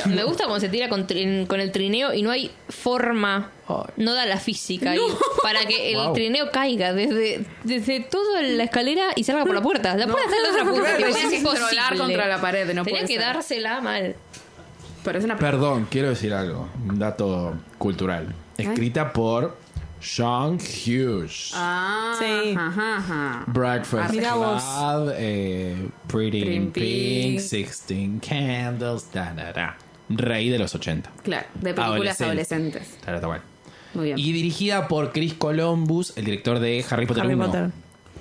B: Me gusta cuando se tira con, trin- con el trineo y no hay forma, no da la física ahí, para que el
A: Wow.
B: trineo caiga desde, desde toda la escalera y salga por la puerta. La puerta está en la otra punta.
D: Claro,
B: tipo, es
D: tenés que
B: imposible.
D: controlar contra la pared, no
B: Tenía
D: puede
B: que
D: ser.
B: dársela mal.
D: Pero es una
A: Perdón, quiero decir algo. Un dato cultural. Escrita por Sean Hughes.
D: Ah,
C: Sí.
D: ajá, ajá.
A: Breakfast
C: Mirá
A: Club,
C: vos.
A: eh, Pretty
D: Pretty
A: in
D: in
A: Pink,
D: Pink.
A: 16 Candles, da, da, da. Rey de los 80.
D: Claro, de películas
A: Adolescente.
D: adolescentes.
A: Ta, ta, ta, bueno.
D: Muy bien.
A: Ah, Y dirigida por Chris Columbus, el director de Harry Potter
C: Harry
A: 1.
C: Potter.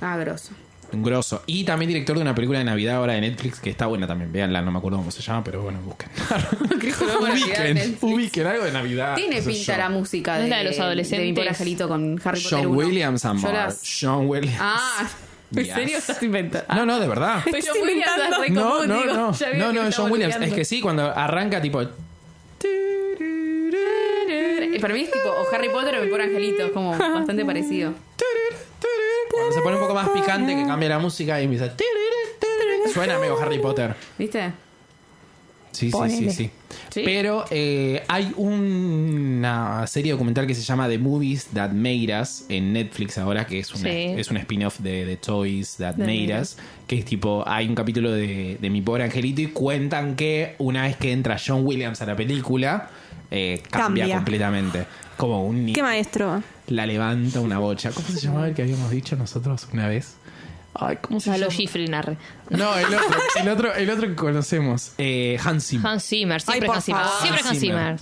D: Ah, grosso.
A: Un grosso. Y también director de una película de Navidad ahora de Netflix que está buena también. Veanla, no me acuerdo cómo se llama, pero bueno, busquen.
D: Chris Columbus, Navidad de
A: ubiquen,
D: Netflix.
A: ubiquen algo de Navidad.
D: Tiene
A: Ah, qué sé
D: pinta
A: yo.
D: la música
B: ¿No es
D: de,
B: la de los adolescentes?
D: de mi pobre angelito con Harry Potter
A: John
D: 1.
A: Williams and
D: Yo
A: more.
D: las-
A: John Williams.
D: Ah, ¿en
A: Yes.
D: serio estás inventando?
A: No, no, de verdad.
D: Pero John Williams es re
A: No,
D: común,
A: no,
D: digo,
A: no.
D: ya veo
A: No,
D: que
A: no,
D: estaba
A: John Williams.
D: olvidando.
A: Es que sí, cuando arranca tipo.
D: Eh, Para mí es tipo o Harry Potter o mi pobre angelito, es como bastante parecido.
A: Cuando se pone un poco más picante que cambia la música y empieza. Suena medio Harry Potter.
D: ¿Viste?
A: Sí, sí, sí,
C: Ponele.
A: sí.
D: Sí.
A: Pero eh, hay una serie documental que se llama The Movies That Made Us en Netflix ahora, que es, una,
B: Sí.
A: es un spin-off de The Toys That
D: That
A: Made
D: Made
A: Us, que es tipo, hay un capítulo de, de Mi Pobre Angelito y cuentan que una vez que entra John Williams a la película, eh, cambia,
C: Cambia.
A: completamente. Como un ni-
C: ¿Qué maestro?
A: La levanta una bocha. ¿Cómo se llamaba el que habíamos dicho nosotros una vez? Ay, ¿cómo se
B: A
A: llama?
B: los Giflin, arre.
A: No, el otro, el otro, el otro que conocemos. Eh, Hans Zimmer.
B: Hans Zimmer, siempre
C: Ay, por
B: Hans Zimmer.
C: favor.
B: Siempre Hans Zimmer.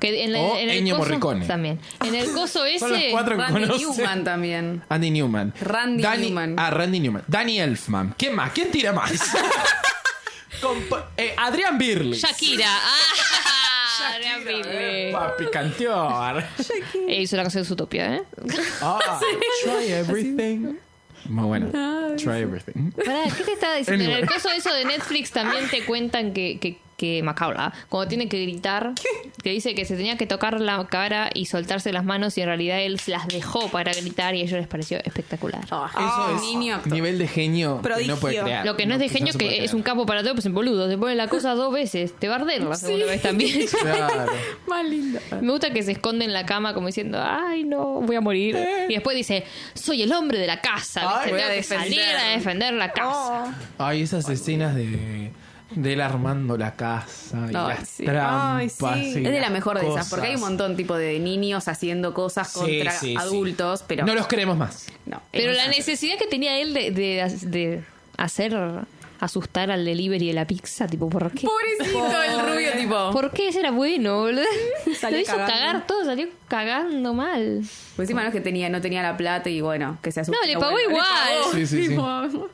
B: Que en, la-
A: O
B: en el
A: Ennio
B: coso-
A: Morricone.
B: También. En el coso ese.
A: Son los cuatro que
D: Randy
A: conoce.
D: Newman también.
A: Andy Newman.
D: Randy
A: Danny-
D: Newman.
A: Ah, Randy Newman. Danny Elfman. ¿Quién más? ¿Quién tira más? Compo- eh, Adrián Birley.
B: Shakira. Ah, Adrián Birley.
A: Papi, canteor.
B: Eh, hizo la canción de Utopia, ¿eh?
A: Ah, Try everything. Muy bueno.
C: Ah,
A: Try everything.
B: Pará, ¿qué te estaba diciendo?
A: Anyway.
B: En el caso de eso de Netflix también te cuentan que, que, que macabra, cuando tiene que gritar, que dice que se tenía que tocar la cara y soltarse las manos y en realidad él se las dejó para gritar y a ellos les pareció espectacular. Ah.
D: Eso es Oh, niño actor.
A: Nivel de genio. que
C: Prodigio.
A: Ah, No puede crear.
B: Lo que no es de genio es
A: se
B: que
A: puede
B: es
A: crear.
B: un capo para todo, pues en boludo, se pone la cosa dos veces, te va a arder la segunda vez también.
A: Claro.
D: Más lindo.
B: Me gusta que se esconde en la cama como diciendo, ay no, voy a morir. Y después dice, soy el hombre de la casa, ¿viste?
D: Ay, voy a
B: tengo que salir
D: defender.
B: a defender la
C: Oh.
B: casa.
A: Oh. Ay, esas escenas de. De él armando la casa y
D: Ay,
A: las
D: sí.
A: trampas.
C: Ay, sí.
A: y
D: Es de la
A: las
D: mejor de esas, porque hay un
A: cosas.
D: montón tipo de niños haciendo cosas
A: Sí,
D: contra
A: sí, sí.
D: adultos, pero
A: No los queremos más.
D: no.
B: Pero
D: Es-
B: la necesidad que tenía él de, de- de hacer asustar al delivery de la pizza, tipo, ¿por qué?
D: Pobrecito el rubio, tipo.
B: ¿Por qué ese era bueno, boludo?
C: Salió
B: Lo hizo
C: cagando.
B: cagar todo, salió cagando mal.
D: Por encima no es que tenía, no tenía la plata y bueno, que se asustó.
B: No, le
D: Bueno,
B: pagó igual.
D: pagó,
A: Sí, sí, sí.
D: tipo.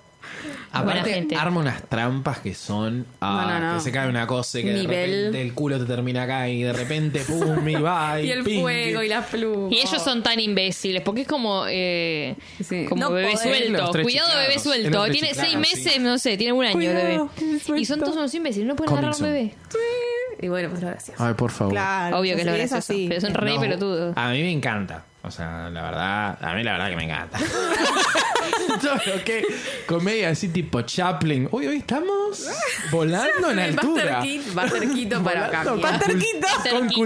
A: Aparte,
B: Buena gente.
A: arma unas trampas que son. ah,
D: No, no, no.
A: Que se cae una cosa y que
D: Nivel.
A: de repente el culo te termina acá y de repente pum y va y,
D: Y el
A: ping,
D: fuego y las plumas.
B: Y ellos son tan imbéciles, porque es como, eh,
D: Sí.
B: como
C: No
B: bebé
C: podés.
A: Los
B: suelto.
A: tres
B: Cuidado,
A: chiflados.
B: bebé
A: Es los
B: suelto.
A: tres
B: Tiene seis
A: chiflados,
B: meses, no sé, tiene un año el bebé.
C: Cuidado, bebé suelto.
B: Y son todos unos imbéciles, no pueden agarrar a un
A: Coming
B: bebé.
D: Y bueno, pues gracias.
A: Ay, por favor.
C: Claro.
B: Obvio que es lo gracioso.
C: Ah, así.
B: Pero son re
A: No,
B: pelotudos.
A: A mí me encanta. O sea, la verdad, a mí la verdad que me encanta. Todo lo que comedia así tipo Chaplin. Uy, hoy estamos volando en altura.
D: Va cerquito para acá.
A: Volando con
D: mira.
A: cult- Con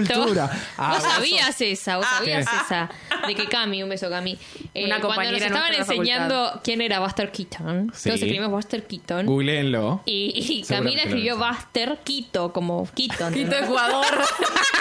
B: Cerquito.
A: cultura. Ah,
B: vos sabías esa, vos
A: Ah,
B: sabías
A: ¿qué?
B: esa. De que Cami, un beso Cami. Eh,
D: Una
B: cuando nos
D: compañera nuestra
B: estaban
D: de la
B: enseñando quién era Buster Keaton,
A: Sí.
B: todos escribimos Buster Keaton.
A: Googleenlo.
B: Y, y
A: Seguramente
B: Camila escribió
A: lo ves.
B: Buster Quito, como Quito. ¿entendés?
D: Quito Ecuador.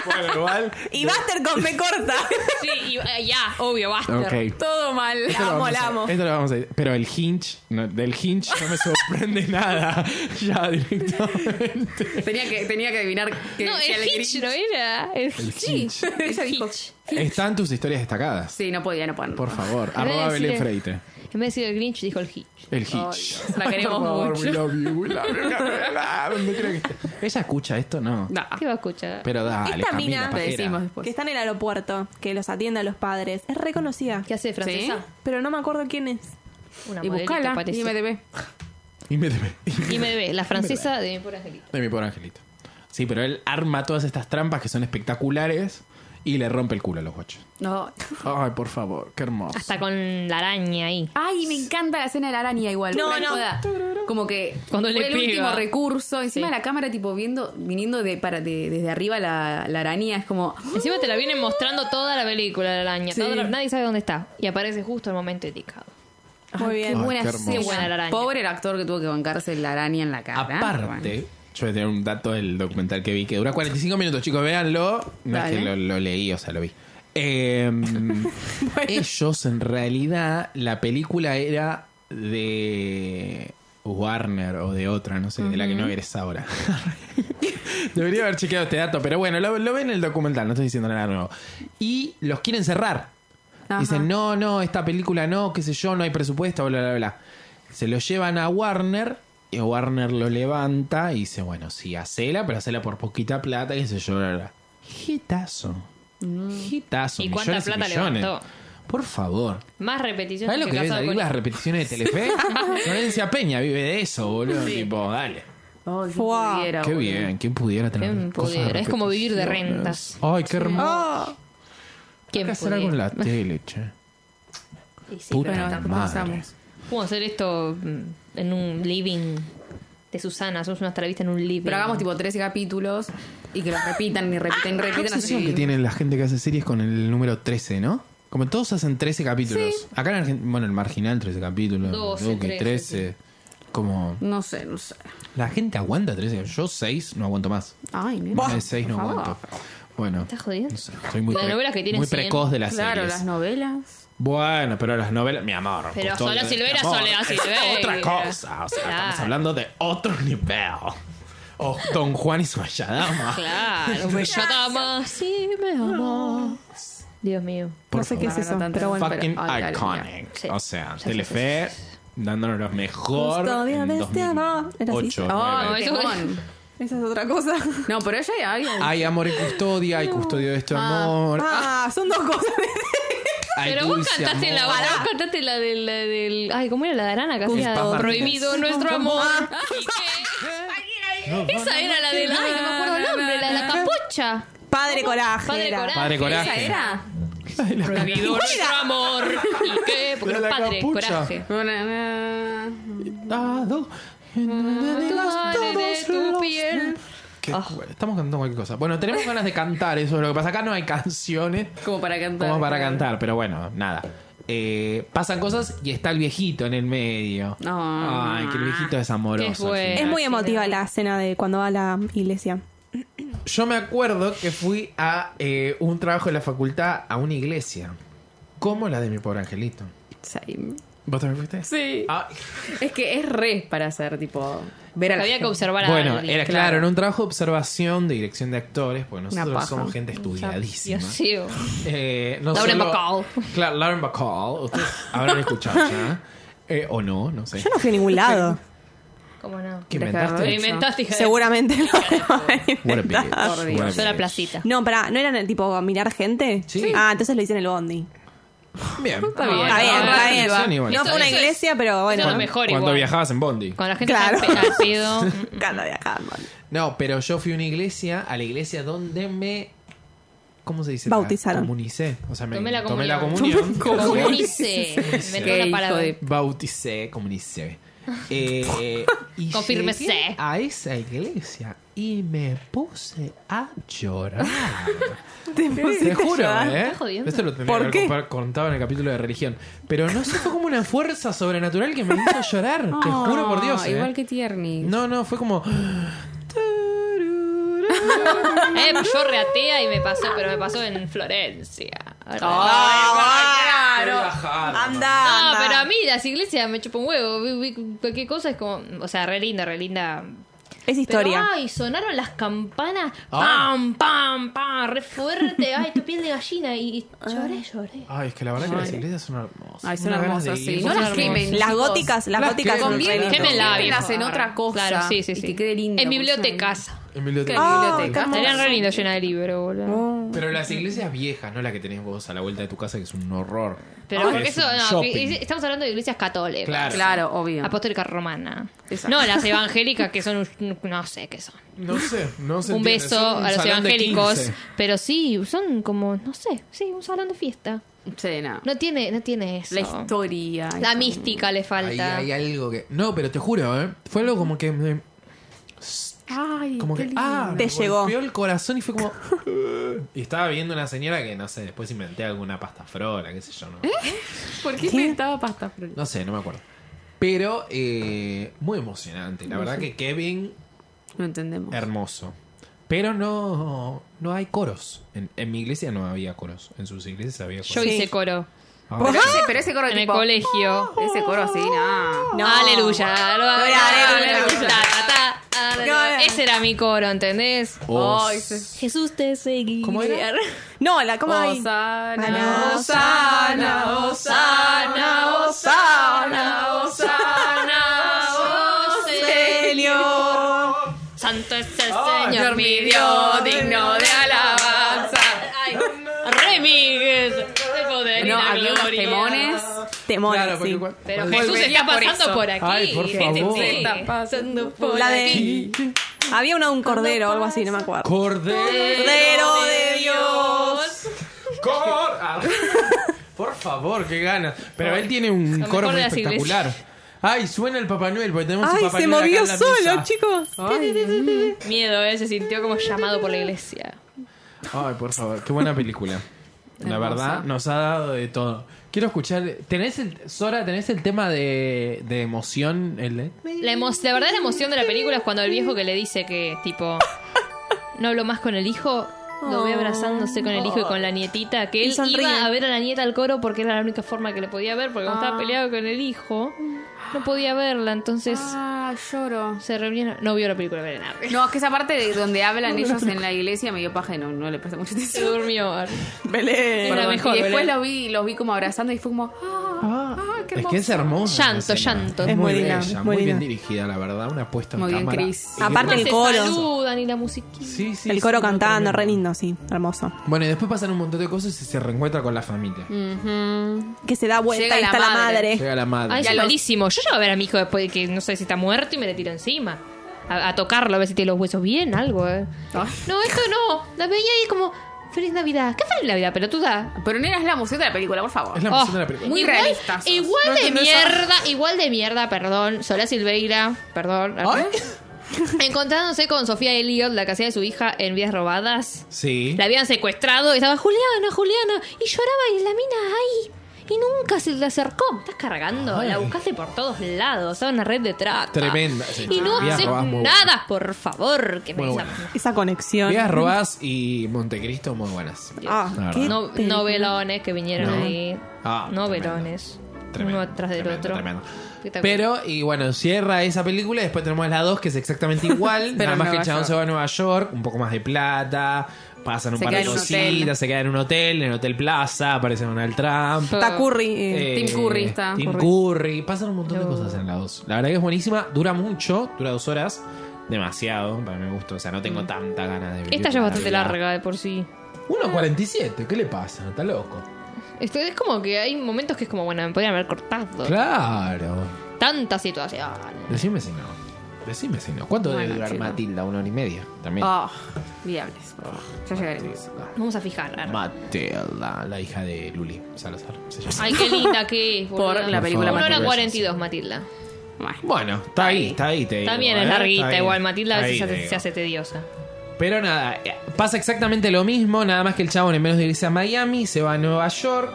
A: Bueno, igual.
C: Y Buster con me corta.
B: Sí, y, eh, ya, obvio, Buster.
A: Ok.
D: Todo mal.
A: Esto lo
C: Amo,
A: vamos
C: la
A: a-
C: amo.
A: Esto lo vamos a Pero el hinch, no, del hinch no me sorprende nada. Ya directamente.
D: Tenía que, tenía que adivinar que
B: No,
D: que
B: el Hitch no era. El,
A: El
B: sí,
A: Hitch.
D: Ella dijo-
B: Hitch.
A: Están tus historias destacadas.
D: Sí, no podía, no podía.
A: Por favor,
B: Ahora
A: arroba
B: decirle-
A: Belén Freite.
B: En vez de decir el Grinch, dijo el Hitch.
A: El Hitch.
D: Dios, la queremos
A: Por favor,
D: mucho.
A: we love you, we love you, la- la- ¿dónde creo que está? Ella escucha esto, no.
D: No.
B: ¿Qué va a escuchar?
A: Pero dale,
C: Esta
A: Camila,
C: mina-
A: pajera.
D: Te decimos
C: Que
D: después.
C: está en el aeropuerto, que los atiende a los padres. Es reconocida.
B: ¿Qué hace francesa?
C: Pero no me acuerdo quién es.
B: Una
D: Y
B: modelito,
D: buscala,
B: parece.
D: y me debe.
A: Y me debe.
B: Y me debe, la francesa de mi pobre angelito.
A: De mi pobre angelito. Sí, pero él arma todas estas trampas que son espectaculares y le rompe el culo a los bochos.
D: No.
A: Ay, por favor, qué hermoso.
B: Hasta con la araña ahí.
D: Ay, me encanta la escena de la araña igual.
C: No,
D: una
C: no.
D: joda. Como que
B: Cuando
D: fue
B: le
D: el
B: pega.
D: último recurso. Encima
B: Sí.
D: de la cámara, tipo, viendo, viniendo de, para, de- desde arriba la, la araña, es como.
B: Encima te la vienen mostrando toda la película, la araña.
D: Sí.
B: Toda la- nadie sabe dónde está. Y aparece justo al momento indicado.
C: Muy
D: Qué
C: bien.
A: Ay,
D: buena
A: qué hermoso.
D: escena.
B: Qué buena la araña.
D: Pobre el actor que tuvo que bancarse la araña en la cara. ¿eh?
A: Aparte, yo voy a tener un dato del documental que vi que dura 45 minutos, chicos, véanlo. No es que
D: Dale.
A: lo, lo leí, o sea, lo vi. Eh, Ellos, en realidad, la película era de Warner o de otra, no sé, de la que no eres ahora. Debería haber chequeado este dato, pero bueno, lo, lo ven en el documental, no estoy diciendo nada nuevo. Y los quieren cerrar.
D: Ajá.
A: Dicen, no, no, esta película no, qué sé yo, no hay presupuesto, bla, bla, bla. Se lo llevan a Warner y Warner lo levanta y dice, bueno, sí, hacela, pero hacela por poquita plata, qué sé yo, bla, bla, bla. Hitazo. Hitazo.
B: Mm. ¿Y cuánta
A: millones
B: plata
A: millones.
B: levantó?
A: Por favor.
B: Más repeticiones
A: ¿Sabes lo que deben
B: casado
A: salir
B: con
A: las repeticiones de Telefe? Florencia Peña vive de eso, boludo. Tipo, dale.
D: Ay, ¿quién
C: Fua.
D: pudiera,
A: Qué
D: boludo?
A: bien, ¿quién pudiera tener
B: ¿Quién
A: cosas de
B: pudiera? Es como vivir de
A: repeticiones?
B: rentas.
A: Ay, qué hermoso.
C: Ah,
A: Hay
B: ¿Quién
A: que hacer
B: pudiera?
A: algo en la tele, che.
B: Y sí,
A: Puta
D: pero
A: madre.
D: pensamos.
B: Podemos hacer esto mm, en un living de Susana. Hacemos una entrevista en un living.
D: Pero hagamos tipo 13 capítulos y que los repitan y repitan y
A: Ah, ¿Qué
D: repitan
A: obsesión
D: así.
A: que tiene la gente que hace series con el número 13, no? Como todos hacen 13 capítulos. Acá en Argentina, bueno, el marginal 13 capítulos,
B: 12,
A: Duque,
B: 13,
A: 13. Como
D: No sé, no sé.
A: la gente aguanta 13, capítulos. yo 6 no aguanto más.
D: Ay, mira.
A: Más de 6 no
D: por favor.
A: aguanto. Bueno,
B: ¿Estás jodiendo?
A: no sé, soy muy,
B: Las
A: pre-
B: novelas que tienen
A: muy
B: 100.
A: precoz de las
D: Claro,
A: series.
D: las novelas.
A: Bueno, pero las novelas, mi amor.
B: Pero
A: costó-
B: Soledad Silvera,
A: mi amor,
B: Soledad
A: es
B: Silvera.
A: Otra cosa, o sea, estamos
B: Claro.
A: hablando de otro nivel. O Don Juan y su Valladama.
B: Claro, bella dama. Sí, me amo. Dios mío.
C: no sé qué es
D: favor.
C: eso,
D: Ah, No, no,
C: pero bueno.
A: fucking
D: pero- ay, dale,
A: iconic.
B: Sí.
A: O sea,
B: Sí, sí,
A: Telefe dándonos lo mejor.
C: Custodia
A: en
C: de este amor. ¿Era así?
A: 2008,
D: Oh,
A: nueve. Ah,
B: eso-
D: temón.
C: Esa es otra cosa.
D: No, pero ella hay
A: Hay amor y custodia, hay custodio de este amor.
C: Ah, son dos cosas.
A: hay
B: Pero vos
A: dulce
B: cantaste
A: amor.
B: la vos cantaste la del, la del. Ay, ¿cómo era la de Arana que hacía?
A: Martínez.
B: Prohibido nuestro amor. ¿Y qué? Esa era la del. Ay, no me acuerdo el nombre, la de la capocha.
C: Padre coraje.
B: Padre
C: era.
B: Coraje.
A: Padre Coraje.
B: Esa era.
D: era.
B: Prohibido nuestro amor. ¿Y qué? Porque
A: La
B: los
A: de la
B: padre,
A: capucha.
B: coraje.
A: Dado en
B: Mm, Tu madre de
A: todos
B: tu
A: los-
B: piel. Ah.
A: Qué cruel. Estamos cantando cualquier cosa. Bueno, tenemos ganas de cantar eso. es Lo que pasa acá no hay canciones.
D: Como para cantar.
A: Como para cantar, pero bueno, nada. Eh, pasan cosas y está el viejito en el medio.
D: Ah.
A: Ay, que el viejito es amoroso.
B: Qué
A: al final.
B: bueno.
C: Es muy emotiva la escena de cuando va a la iglesia.
A: Yo me acuerdo que fui a eh, un trabajo de la facultad a una iglesia. Como la de mi pobre angelito.
D: Sí.
E: ¿Vos también fuiste?
D: Sí.
E: Ah,
D: Es que es re para hacer, tipo, ver a la
B: Había que
D: gente.
B: observar a
A: Bueno,
B: alguien.
A: era claro, era un trabajo de observación, de dirección de actores, porque nosotros
D: paja.
A: somos gente estudiadísima.
B: Dios mío.
A: Eh, no
B: Lauren
A: solo-
B: Bacall.
A: Claro, Lauren Bacall. Ustedes habrán escuchado ya. Eh, o no, no sé.
C: Yo no fui a ningún lado.
B: ¿Cómo no?
A: ¿Qué
D: Deja
A: inventaste?
D: de
B: Lo
D: Eso.
B: inventaste, hija de-
C: Seguramente lo habrán
A: What a bitch.
C: intentado.
A: What a
D: Dios.
A: bitch.
B: Yo la placita.
C: No, pará, ¿no eran tipo a mirar gente?
A: Sí.
C: Ah, entonces lo hice en el bondi.
A: Bien.
D: Está bien.
C: Está bien,
B: no,
C: está
B: no,
A: no,
C: bien.
A: no, no,
C: No fue una
B: eso es-
C: iglesia,
B: eso
C: pero
B: es
C: bueno.
B: lo mejor
A: Cuando
B: igual.
A: viajabas en Bondi.
B: Con la gente
C: Claro.
B: al, pe- al pedo.
C: Cuando viajaba, bueno.
A: No, pero yo fui a una iglesia, a la iglesia donde me. ¿Cómo se dice? La
C: Bautizaron.
A: Comunicé. O sea, me
B: Tomé la
A: tomé la
B: comunión.
A: comunión.
B: Comunice. Inventó
D: Qué
B: la
D: hijo
B: palabra.
D: de-
A: Bauticé, comunicé. Eh, y
B: Confírmese.
A: llegué A esa iglesia y me puse a llorar.
C: Te
A: Te
C: pusiste a
A: juro,
C: llorar.
A: ¿eh?
B: Estás jodiendo.
A: Esto lo tendría
C: ¿Por
A: que
C: qué?
A: haber compa- contado en el capítulo de religión. Pero no sé, fue como una fuerza sobrenatural que me hizo llorar. Te juro por Dios.
D: Ah,
A: ¿eh?
D: Igual que Tierney.
A: No, no, fue como.
B: Eh, yo reatea y me pasó, pero me pasó en Florencia.
A: Claro.
C: Ah, Anda,
B: No,
C: anda.
B: pero a mí las iglesias me chupa un huevo. Vi- vi- Cualquier cosa es como. O sea, re linda, re linda.
C: Es
B: Pero,
C: historia.
B: ay, sonaron las campanas.
A: Ah.
B: ¡Pam, pam, pam! Re fuerte. Ay, tu piel de gallina. Y, y lloré, lloré.
A: Ay, es que la verdad que las iglesias son hermosas.
D: Ay, son
A: Unas ganas de
D: hermosas,
A: ir.
D: sí. No
B: Son
D: las
B: hermosas.
D: quemen.
C: Las
D: chicos.
C: góticas, las
A: Las
C: góticas.
A: que
C: son
A: convienen,
C: re
A: que
C: lindas.
A: me
B: Quémela,
D: Quémenlas
B: viejo.
D: en otra cosa
B: Claro, sí, sí, sí.
D: y que quede lindo,
B: En
D: porque
B: bibliotecas.
A: En
D: Que
A: biblioteca.
C: Ah,
D: bibliotecas.
C: qué
B: Estarían re lindos llenas de libros, boludo.
A: Pero las iglesias viejas, no la que tenés vos a la vuelta de tu casa, que es un horror.
B: Pero
A: Que
B: porque
A: es
B: Ah, eso,
A: un
B: no,
A: shopping.
B: i- estamos hablando de iglesias católicas.
A: Claro.
D: Claro, obvio.
B: Apostólica romana.
D: Exacto.
B: No, las evangélicas que son, un- no sé qué son.
A: No sé, no sé.
B: un beso a los evangélicos. Pero sí, son como, no sé, sí, un salón de fiesta.
D: Sí, no.
B: No tiene, no tiene eso.
D: La historia.
B: La mística le falta.
A: Hay, algo que. No, pero te juro, ¿eh? Fue algo como que. Me...
D: Ay,
A: Como
D: qué
A: que.
D: lindo.
A: Ah,
C: Te
A: me
C: llegó.
A: golpeó el corazón y fue como. y estaba viendo una señora que, no sé, después inventé alguna pasta frola, qué sé yo, ¿no?
B: ¿Eh?
D: ¿Por qué inventaba pasta frola?
A: No sé, no me acuerdo. Pero eh, muy emocionante. La verdad que Kevin,
D: No entendemos.
A: Eh, hermoso. Pero no, no hay coros. En, en mi iglesia no había coros. En sus iglesias había coros.
B: Yo hice coro
A: Ah,
D: Pero ese, pero ese coro
B: en el
D: tipo, ¡Ah!
B: colegio.
D: Ese coro así, no.
C: No.
B: Aleluya.
C: aleluya.
B: aleluya, ta, ta, ta, aleluya.
C: No.
B: Ese era mi coro, ¿entendés?
A: os-
D: Ay, sí.
B: Jesús te seguirá.
A: ¿Cómo era?
C: No, la coma ahí.
D: Osana,
C: Ana.
D: Osana, Osana, Osana, Osana,
B: Oh,
D: Señor.
B: Santo es el
D: Señor mi Dios, digno de alabanza.
B: Ay, Remix, de poder y
D: No,
B: la
D: había unos
B: gloria.
D: temones.
C: Temores,
A: Claro, porque
C: sí.
A: cual-
B: Pero
A: cual-
B: Jesús
D: Volvería
B: está
D: por
B: pasando por,
D: eso.
B: aquí.
A: Ay, por favor.
B: Sí.
D: Está pasando por
C: La
D: aquí.
C: de... Había una de un cordero o algo así, no me acuerdo.
A: Cordero.
C: Cordero de Dios.
A: Cor- Ah, Por favor, qué ganas. Pero él tiene un
B: Lo
A: coro
B: mejor
A: muy
B: de las
A: espectacular. Ay, suena el Papá Noel, porque tenemos un
C: Ay,
A: Papá
C: se
A: Noel acá
C: movió
A: en la
C: solo,
A: mesa.
C: chicos.
B: Miedo, ¿eh? se sintió como llamado por la iglesia.
A: Ay, por favor, qué buena película. La verdad, nos ha dado de todo. Quiero escuchar. ¿Tenés el, Sora, tenés el tema de, de emoción? El de.
B: La, emo- la verdad, la emoción de la película es cuando el viejo que le dice que, tipo, no hablo más con el hijo, lo ve abrazándose con el hijo y con la nietita, que
C: Y
B: él
C: sonríe.
B: iba a ver a la nieta al coro porque era la única forma que le podía ver, porque cuando estaba peleado con el hijo, no podía verla, entonces
D: Ah, lloro.
B: se reunieron. No vio la película, pero nada.
D: No, es que esa parte de donde hablan ellos en la iglesia me dio paja y no, no le presté mucha
B: Se
D: atención.
B: durmió.
C: Belén.
B: Era
D: Perdón.
B: mejor,
D: y después
B: Belén.
D: los vi, los vi como abrazando y fue como, ah,
A: Ah,
D: ah, qué
A: es que es hermoso.
B: Llanto,
A: esa escena.
B: llanto.
A: Es
C: Es
A: muy
C: muy
A: bella,
C: linda,
A: muy
C: muy
A: bien
C: linda.
A: dirigida, la verdad. Una puesta en
D: Muy bien,
A: cámara.
D: Chris.
C: Aparte el
B: se
C: coro.
B: saludan y la musiquita.
A: Sí, sí,
C: El
A: sí,
C: coro
A: no,
C: cantando,
A: tremendo.
C: re lindo, sí, hermoso.
A: Bueno, y después pasan un montón de cosas y se reencuentra con la familia.
C: Que se da
D: Llega
C: vuelta y
D: la
C: está la
D: madre.
C: madre.
A: Llega la madre.
B: Ay, es malísimo. Yo llego a ver a mi hijo después de que no sé si está muerto y me le tiro encima. A, a tocarlo, a ver si tiene los huesos bien, algo, eh.
D: Ay.
B: No, esto no. La veía ahí como, feliz Navidad. ¿Qué feliz Navidad, pelotuda?
D: Pero no eras la música de la película, por favor.
A: Es la emoción de la película.
D: muy
B: Oh, igual,
D: realista sos.
B: Igual
A: No
B: de
A: entendés
B: mierda, igual de mierda, perdón. Solá Silveira, perdón.
A: Ay.
B: Encontrándose con Sofía Elliot, la que hacía de su hija en Vías Robadas.
A: Sí.
B: La habían secuestrado y estaba Juliana, Juliana. Y lloraba y la mina ahí. Y nunca se le acercó. Me estás cargando.
A: Ay.
B: La buscaste por todos lados. Estaba en una red de trata.
A: Tremenda. Sí,
B: Y no
A: Vías
B: haces
A: Robadas muy
B: nada, por favor. Que me
A: Muy
B: desa-
A: buena.
C: Esa conexión.
A: Vías Robadas y Montecristo muy buenas.
C: Ah,
A: La
C: qué
A: verdad.
B: No-
C: peli-
B: novelones que vinieron
A: No.
B: ahí.
A: Ah,
B: novelones.
A: Tremendo,
B: uno atrás del
A: tremendo,
B: otro.
A: tremendo.
B: Espectacular.
A: Pero, y bueno, cierra esa película. Después tenemos la 2, que es exactamente igual. nada
D: Pero en
A: más que el
D: Nueva
A: chabón
D: York.
A: se va a Nueva York, un poco más de plata. Pasan un
D: Se
A: par
D: queda
A: de
D: en un
A: cositas,
D: hotel.
A: se queda en un hotel, en el Hotel Plaza, aparece Donald Trump.
C: Está Curry. eh,
A: Eh,
D: Tim Curry está.
A: Tim Curry.
D: Curry.
A: Pasan un montón de
B: Lo-
A: cosas en la 2. La verdad que es buenísima. Dura mucho, dura dos horas. Demasiado, para mi gusto. O sea, no
D: Mm.
A: tengo tanta ganas de ver.
B: Esta ya es bastante larga de por sí.
A: 1.47, ¿qué le pasa? Está loco.
B: Esto es como que hay momentos que es como, bueno, me podrían haber cortado.
A: Claro.
B: Tanta situación.
A: Decime si no. Decime si no. ¿Cuánto debe
D: Bueno,
A: durar
D: chico.
A: Matilda? Una hora y media. También.
D: Ah, viables. por favor. Ya llegaremos.
B: Vamos a fijar.
A: Matilda, la hija de Luli Salazar. se llama.
B: Ay, qué linda que es.
D: Por
B: boluda.
D: la película
B: Una hora
A: Matilda.
B: 42, Matilda.
D: Bueno.
A: Bueno, está ahí, está ahí. Te digo,
B: También
A: ¿eh?
B: es
A: Está
B: larguita,
A: ahí.
B: igual. Matilda a
A: Está ahí,
B: veces se
A: te
B: hace-
A: digo.
B: se hace tediosa.
A: Pero nada, eh, pasa exactamente lo mismo, nada más que el chabón en menos de irse a Miami se va a Nueva York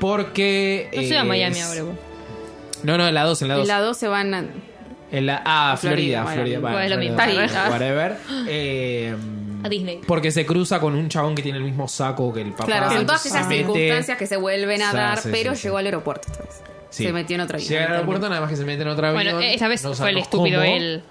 A: porque...
B: No
A: eh,
B: se va a Miami
A: es-
B: ahora. vos.
A: No, no, en la 2, en la 2.
D: En la 2 se van a...
A: En la, ah,
D: A
A: Florida,
D: Florida,
A: Florida.
D: bueno,
A: bueno,
B: es lo
A: Florida,
D: mismo.
A: Florida,
D: Está
A: whatever. Eh,
B: A Disney.
A: Porque se cruza con un chabón que tiene el mismo saco que el papá.
D: Claro, son todas
A: se
D: esas
A: mete-
D: circunstancias que se vuelven a
A: Sí,
D: dar,
A: sí,
D: pero
A: sí,
D: llegó
A: sí.
D: al aeropuerto. esta vez.
A: Sí.
D: Se metió en otra vida.
A: Llega al aeropuerto, nada más que se mete en otra avión.
B: Bueno, esta vez
A: no
B: fue el
A: sabemos
B: estúpido
A: cómo.
B: él.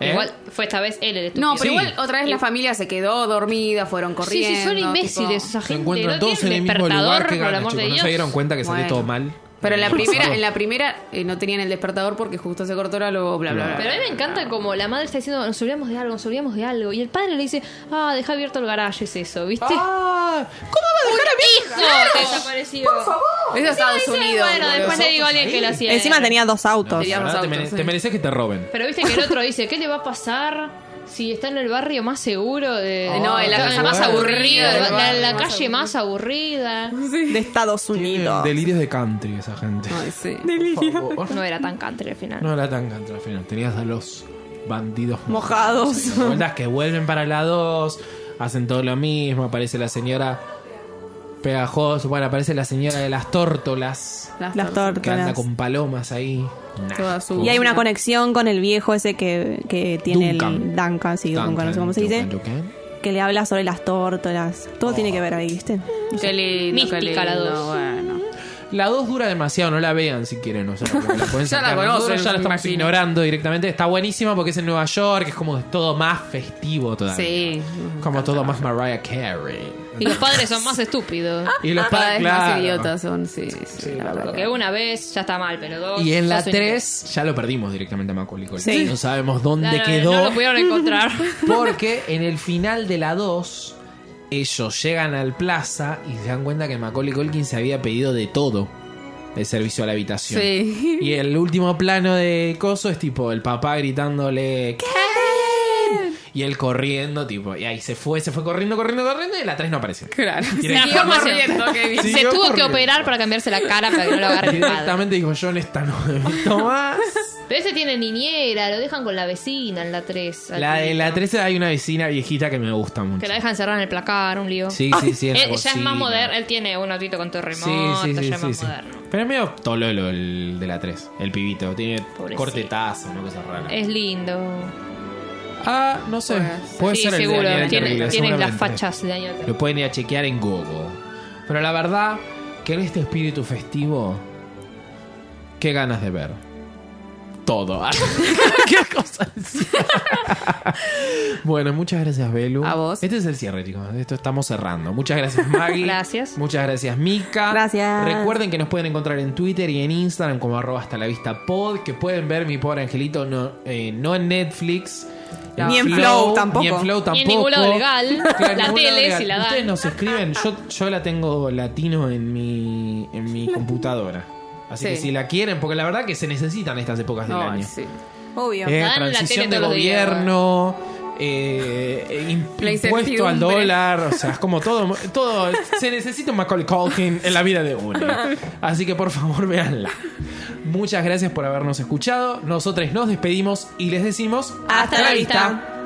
A: ¿Eh?
B: Igual fue esta vez él el estúpido.
D: No, pero
A: Sí.
D: igual otra vez la familia se quedó dormida, fueron
B: Sí,
D: corriendo.
B: sí, son
D: tipo-
B: imbéciles esa
A: Se
B: gente.
A: encuentran
B: no
A: todos en el
B: tienen
A: mismo lugar
B: despertador,
A: que
B: por
A: ganan,
B: amor
A: chicos.
B: de
A: No
B: Dios.
A: se dieron cuenta que salió
D: Bueno.
A: todo mal.
D: Pero en la
A: ¿Qué
D: primera,
A: pasó?
D: en la primera eh, no tenían el despertador porque justo se cortó la luz, bla, bla, bla.
B: Pero a mí me encanta como la madre está diciendo, nos olvidamos de algo, nos olvidamos de algo. Y el padre le dice, ah, deja abierto el garaje, es eso, ¿viste?
A: Ah, ¿Cómo va a dejar a mi
B: ¡Hijo! Desaparecido. Por
D: Es de Estados Unidos.
B: bueno,
D: boludo.
B: después le digo a alguien que lo hacía.
C: Encima tenía dos autos.
D: Tenía- Digamos,
A: Ahora te,
D: autos,
A: mere-
D: sí.
A: te mereces que te roben.
B: Pero viste que el otro dice, ¿qué le va a pasar si está en el barrio más seguro de...
A: Ah,
D: No, en la
B: Está-
D: casa más aburrida del
B: la- La,
D: barrio
B: la
D: más
B: calle más aburrida.
C: De Estados
D: Ah.
C: Unidos.
A: Delirios de country esa gente.
D: Ay, sí.
A: Por favor.
B: No era tan country al final.
A: No era tan country al final. Tenías a los bandidos
C: Mojados.
A: ¿Te acuerdas que vuelven para la 2, hacen todo lo mismo, aparece la señora pegajosa, bueno, aparece la señora de las tórtolas,
C: Las
A: que anda
C: tortas.
A: con palomas ahí.
D: Toda su-
C: Y hay una conexión con el viejo ese que, que tiene
A: Duncan.
C: el Duncan, sí, Duncan, no sé cómo se dice,
A: Duncan, Duncan.
C: que le habla sobre las tórtolas. Todo tiene que ver ahí, ¿viste?
D: Qué lindo,
B: Mística
D: qué lindo,
B: la dos.
D: Bueno.
A: La 2 dura demasiado, no la vean si quieren. O sea, porque la pueden
D: Ya la
A: sacar. Nosotros
D: conocen,
A: ya la estamos
D: imagino.
A: ignorando directamente. Está buenísima porque es en Nueva York, es como todo más festivo todavía.
D: Sí.
A: Como todo más Mariah Carey.
B: Y los padres son más estúpidos.
A: Y los
D: Cada
A: padres,
D: vez Ah, más
A: claro.
D: idiotas son, sí, sí, la verdad.
B: Porque una vez ya está mal, pero dos...
A: Y en la
B: dos únicas.
A: 3 ya lo perdimos directamente a Macaulay Culkin.
C: Sí.
A: No sabemos dónde
B: Claro,
A: quedó.
B: No lo pudieron encontrar.
A: Porque en el final de la 2, ellos llegan al plaza y se dan cuenta que Macaulay Culkin se había pedido de todo de servicio a la habitación.
D: Sí.
A: Y el último plano de Coso es tipo el papá gritándole "Kevin", y él corriendo, tipo, y ahí se fue, se fue corriendo, corriendo, corriendo, y la 3 no apareció.
D: Claro.
A: Tiene
B: Siguió corriendo,
D: qué bien.
A: Sí,
B: Se
A: yo
B: tuvo que
A: corriendo.
B: operar para cambiarse la cara para que no lo agarre el padre.
A: Directamente dijo, yo en esta no me meto más.
B: Pero ese tiene niñera, lo dejan con la vecina en la 3.
A: La de la 13 hay una vecina viejita que me gusta mucho.
B: Que la dejan cerrar en el placar, un lío.
A: Sí, sí, sí. en la
B: Él ya es
A: cocina.
B: más moderno, él tiene un autito con torre remoto, ya es más moderno.
A: Pero es medio tololo el de la 3, el pibito. Tiene
B: Pobrecito. Eh,
A: cortetazo, una cosa rara.
B: Es lindo.
A: Ah, no sé. Puede
B: sí,
A: ser el de
B: seguro,
A: Daniel
B: tiene,
A: Terrible,
B: tiene las
A: seguramente.
B: fachas de año
A: Lo pueden ir a chequear en Google. Pero la verdad, que en este espíritu festivo, qué ganas de ver. Todo. qué cosa es? Bueno, muchas gracias, Belu.
D: A vos.
A: Este es el cierre, chicos. Esto estamos cerrando. Muchas gracias, Maggie.
B: Gracias.
A: Muchas gracias, Mika.
C: Gracias.
A: Recuerden que nos pueden encontrar en Twitter y en Instagram como arroba hasta la vista pod, que pueden ver mi pobre angelito no, eh, no en Netflix.
C: Ni en Flow tampoco.
A: Ni en Flow
B: Ni en
A: tampoco.
B: ningún lado legal.
A: Claro,
B: La
A: ningún lado
B: tele,
A: legal.
B: si la dan.
A: Ustedes nos escriben, yo, yo la tengo latino en mi, en mi computadora. Así que
D: Sí.
A: si la quieren, porque la verdad que se necesitan estas épocas del
D: Ay,
A: año.
D: sí.
C: Obvio.
A: Eh,
B: Dan la
A: transición de
B: tele todos los días.
A: gobierno, eh, eh, imp-
D: La
A: impuesto al
D: incertidumbre.
A: dólar, o sea, es como todo, todo se necesita un Macaulay Culkin en la vida de uno. Así que por favor, véanla. Muchas gracias por habernos escuchado. Nosotros nos despedimos y les decimos
C: Hasta la vista.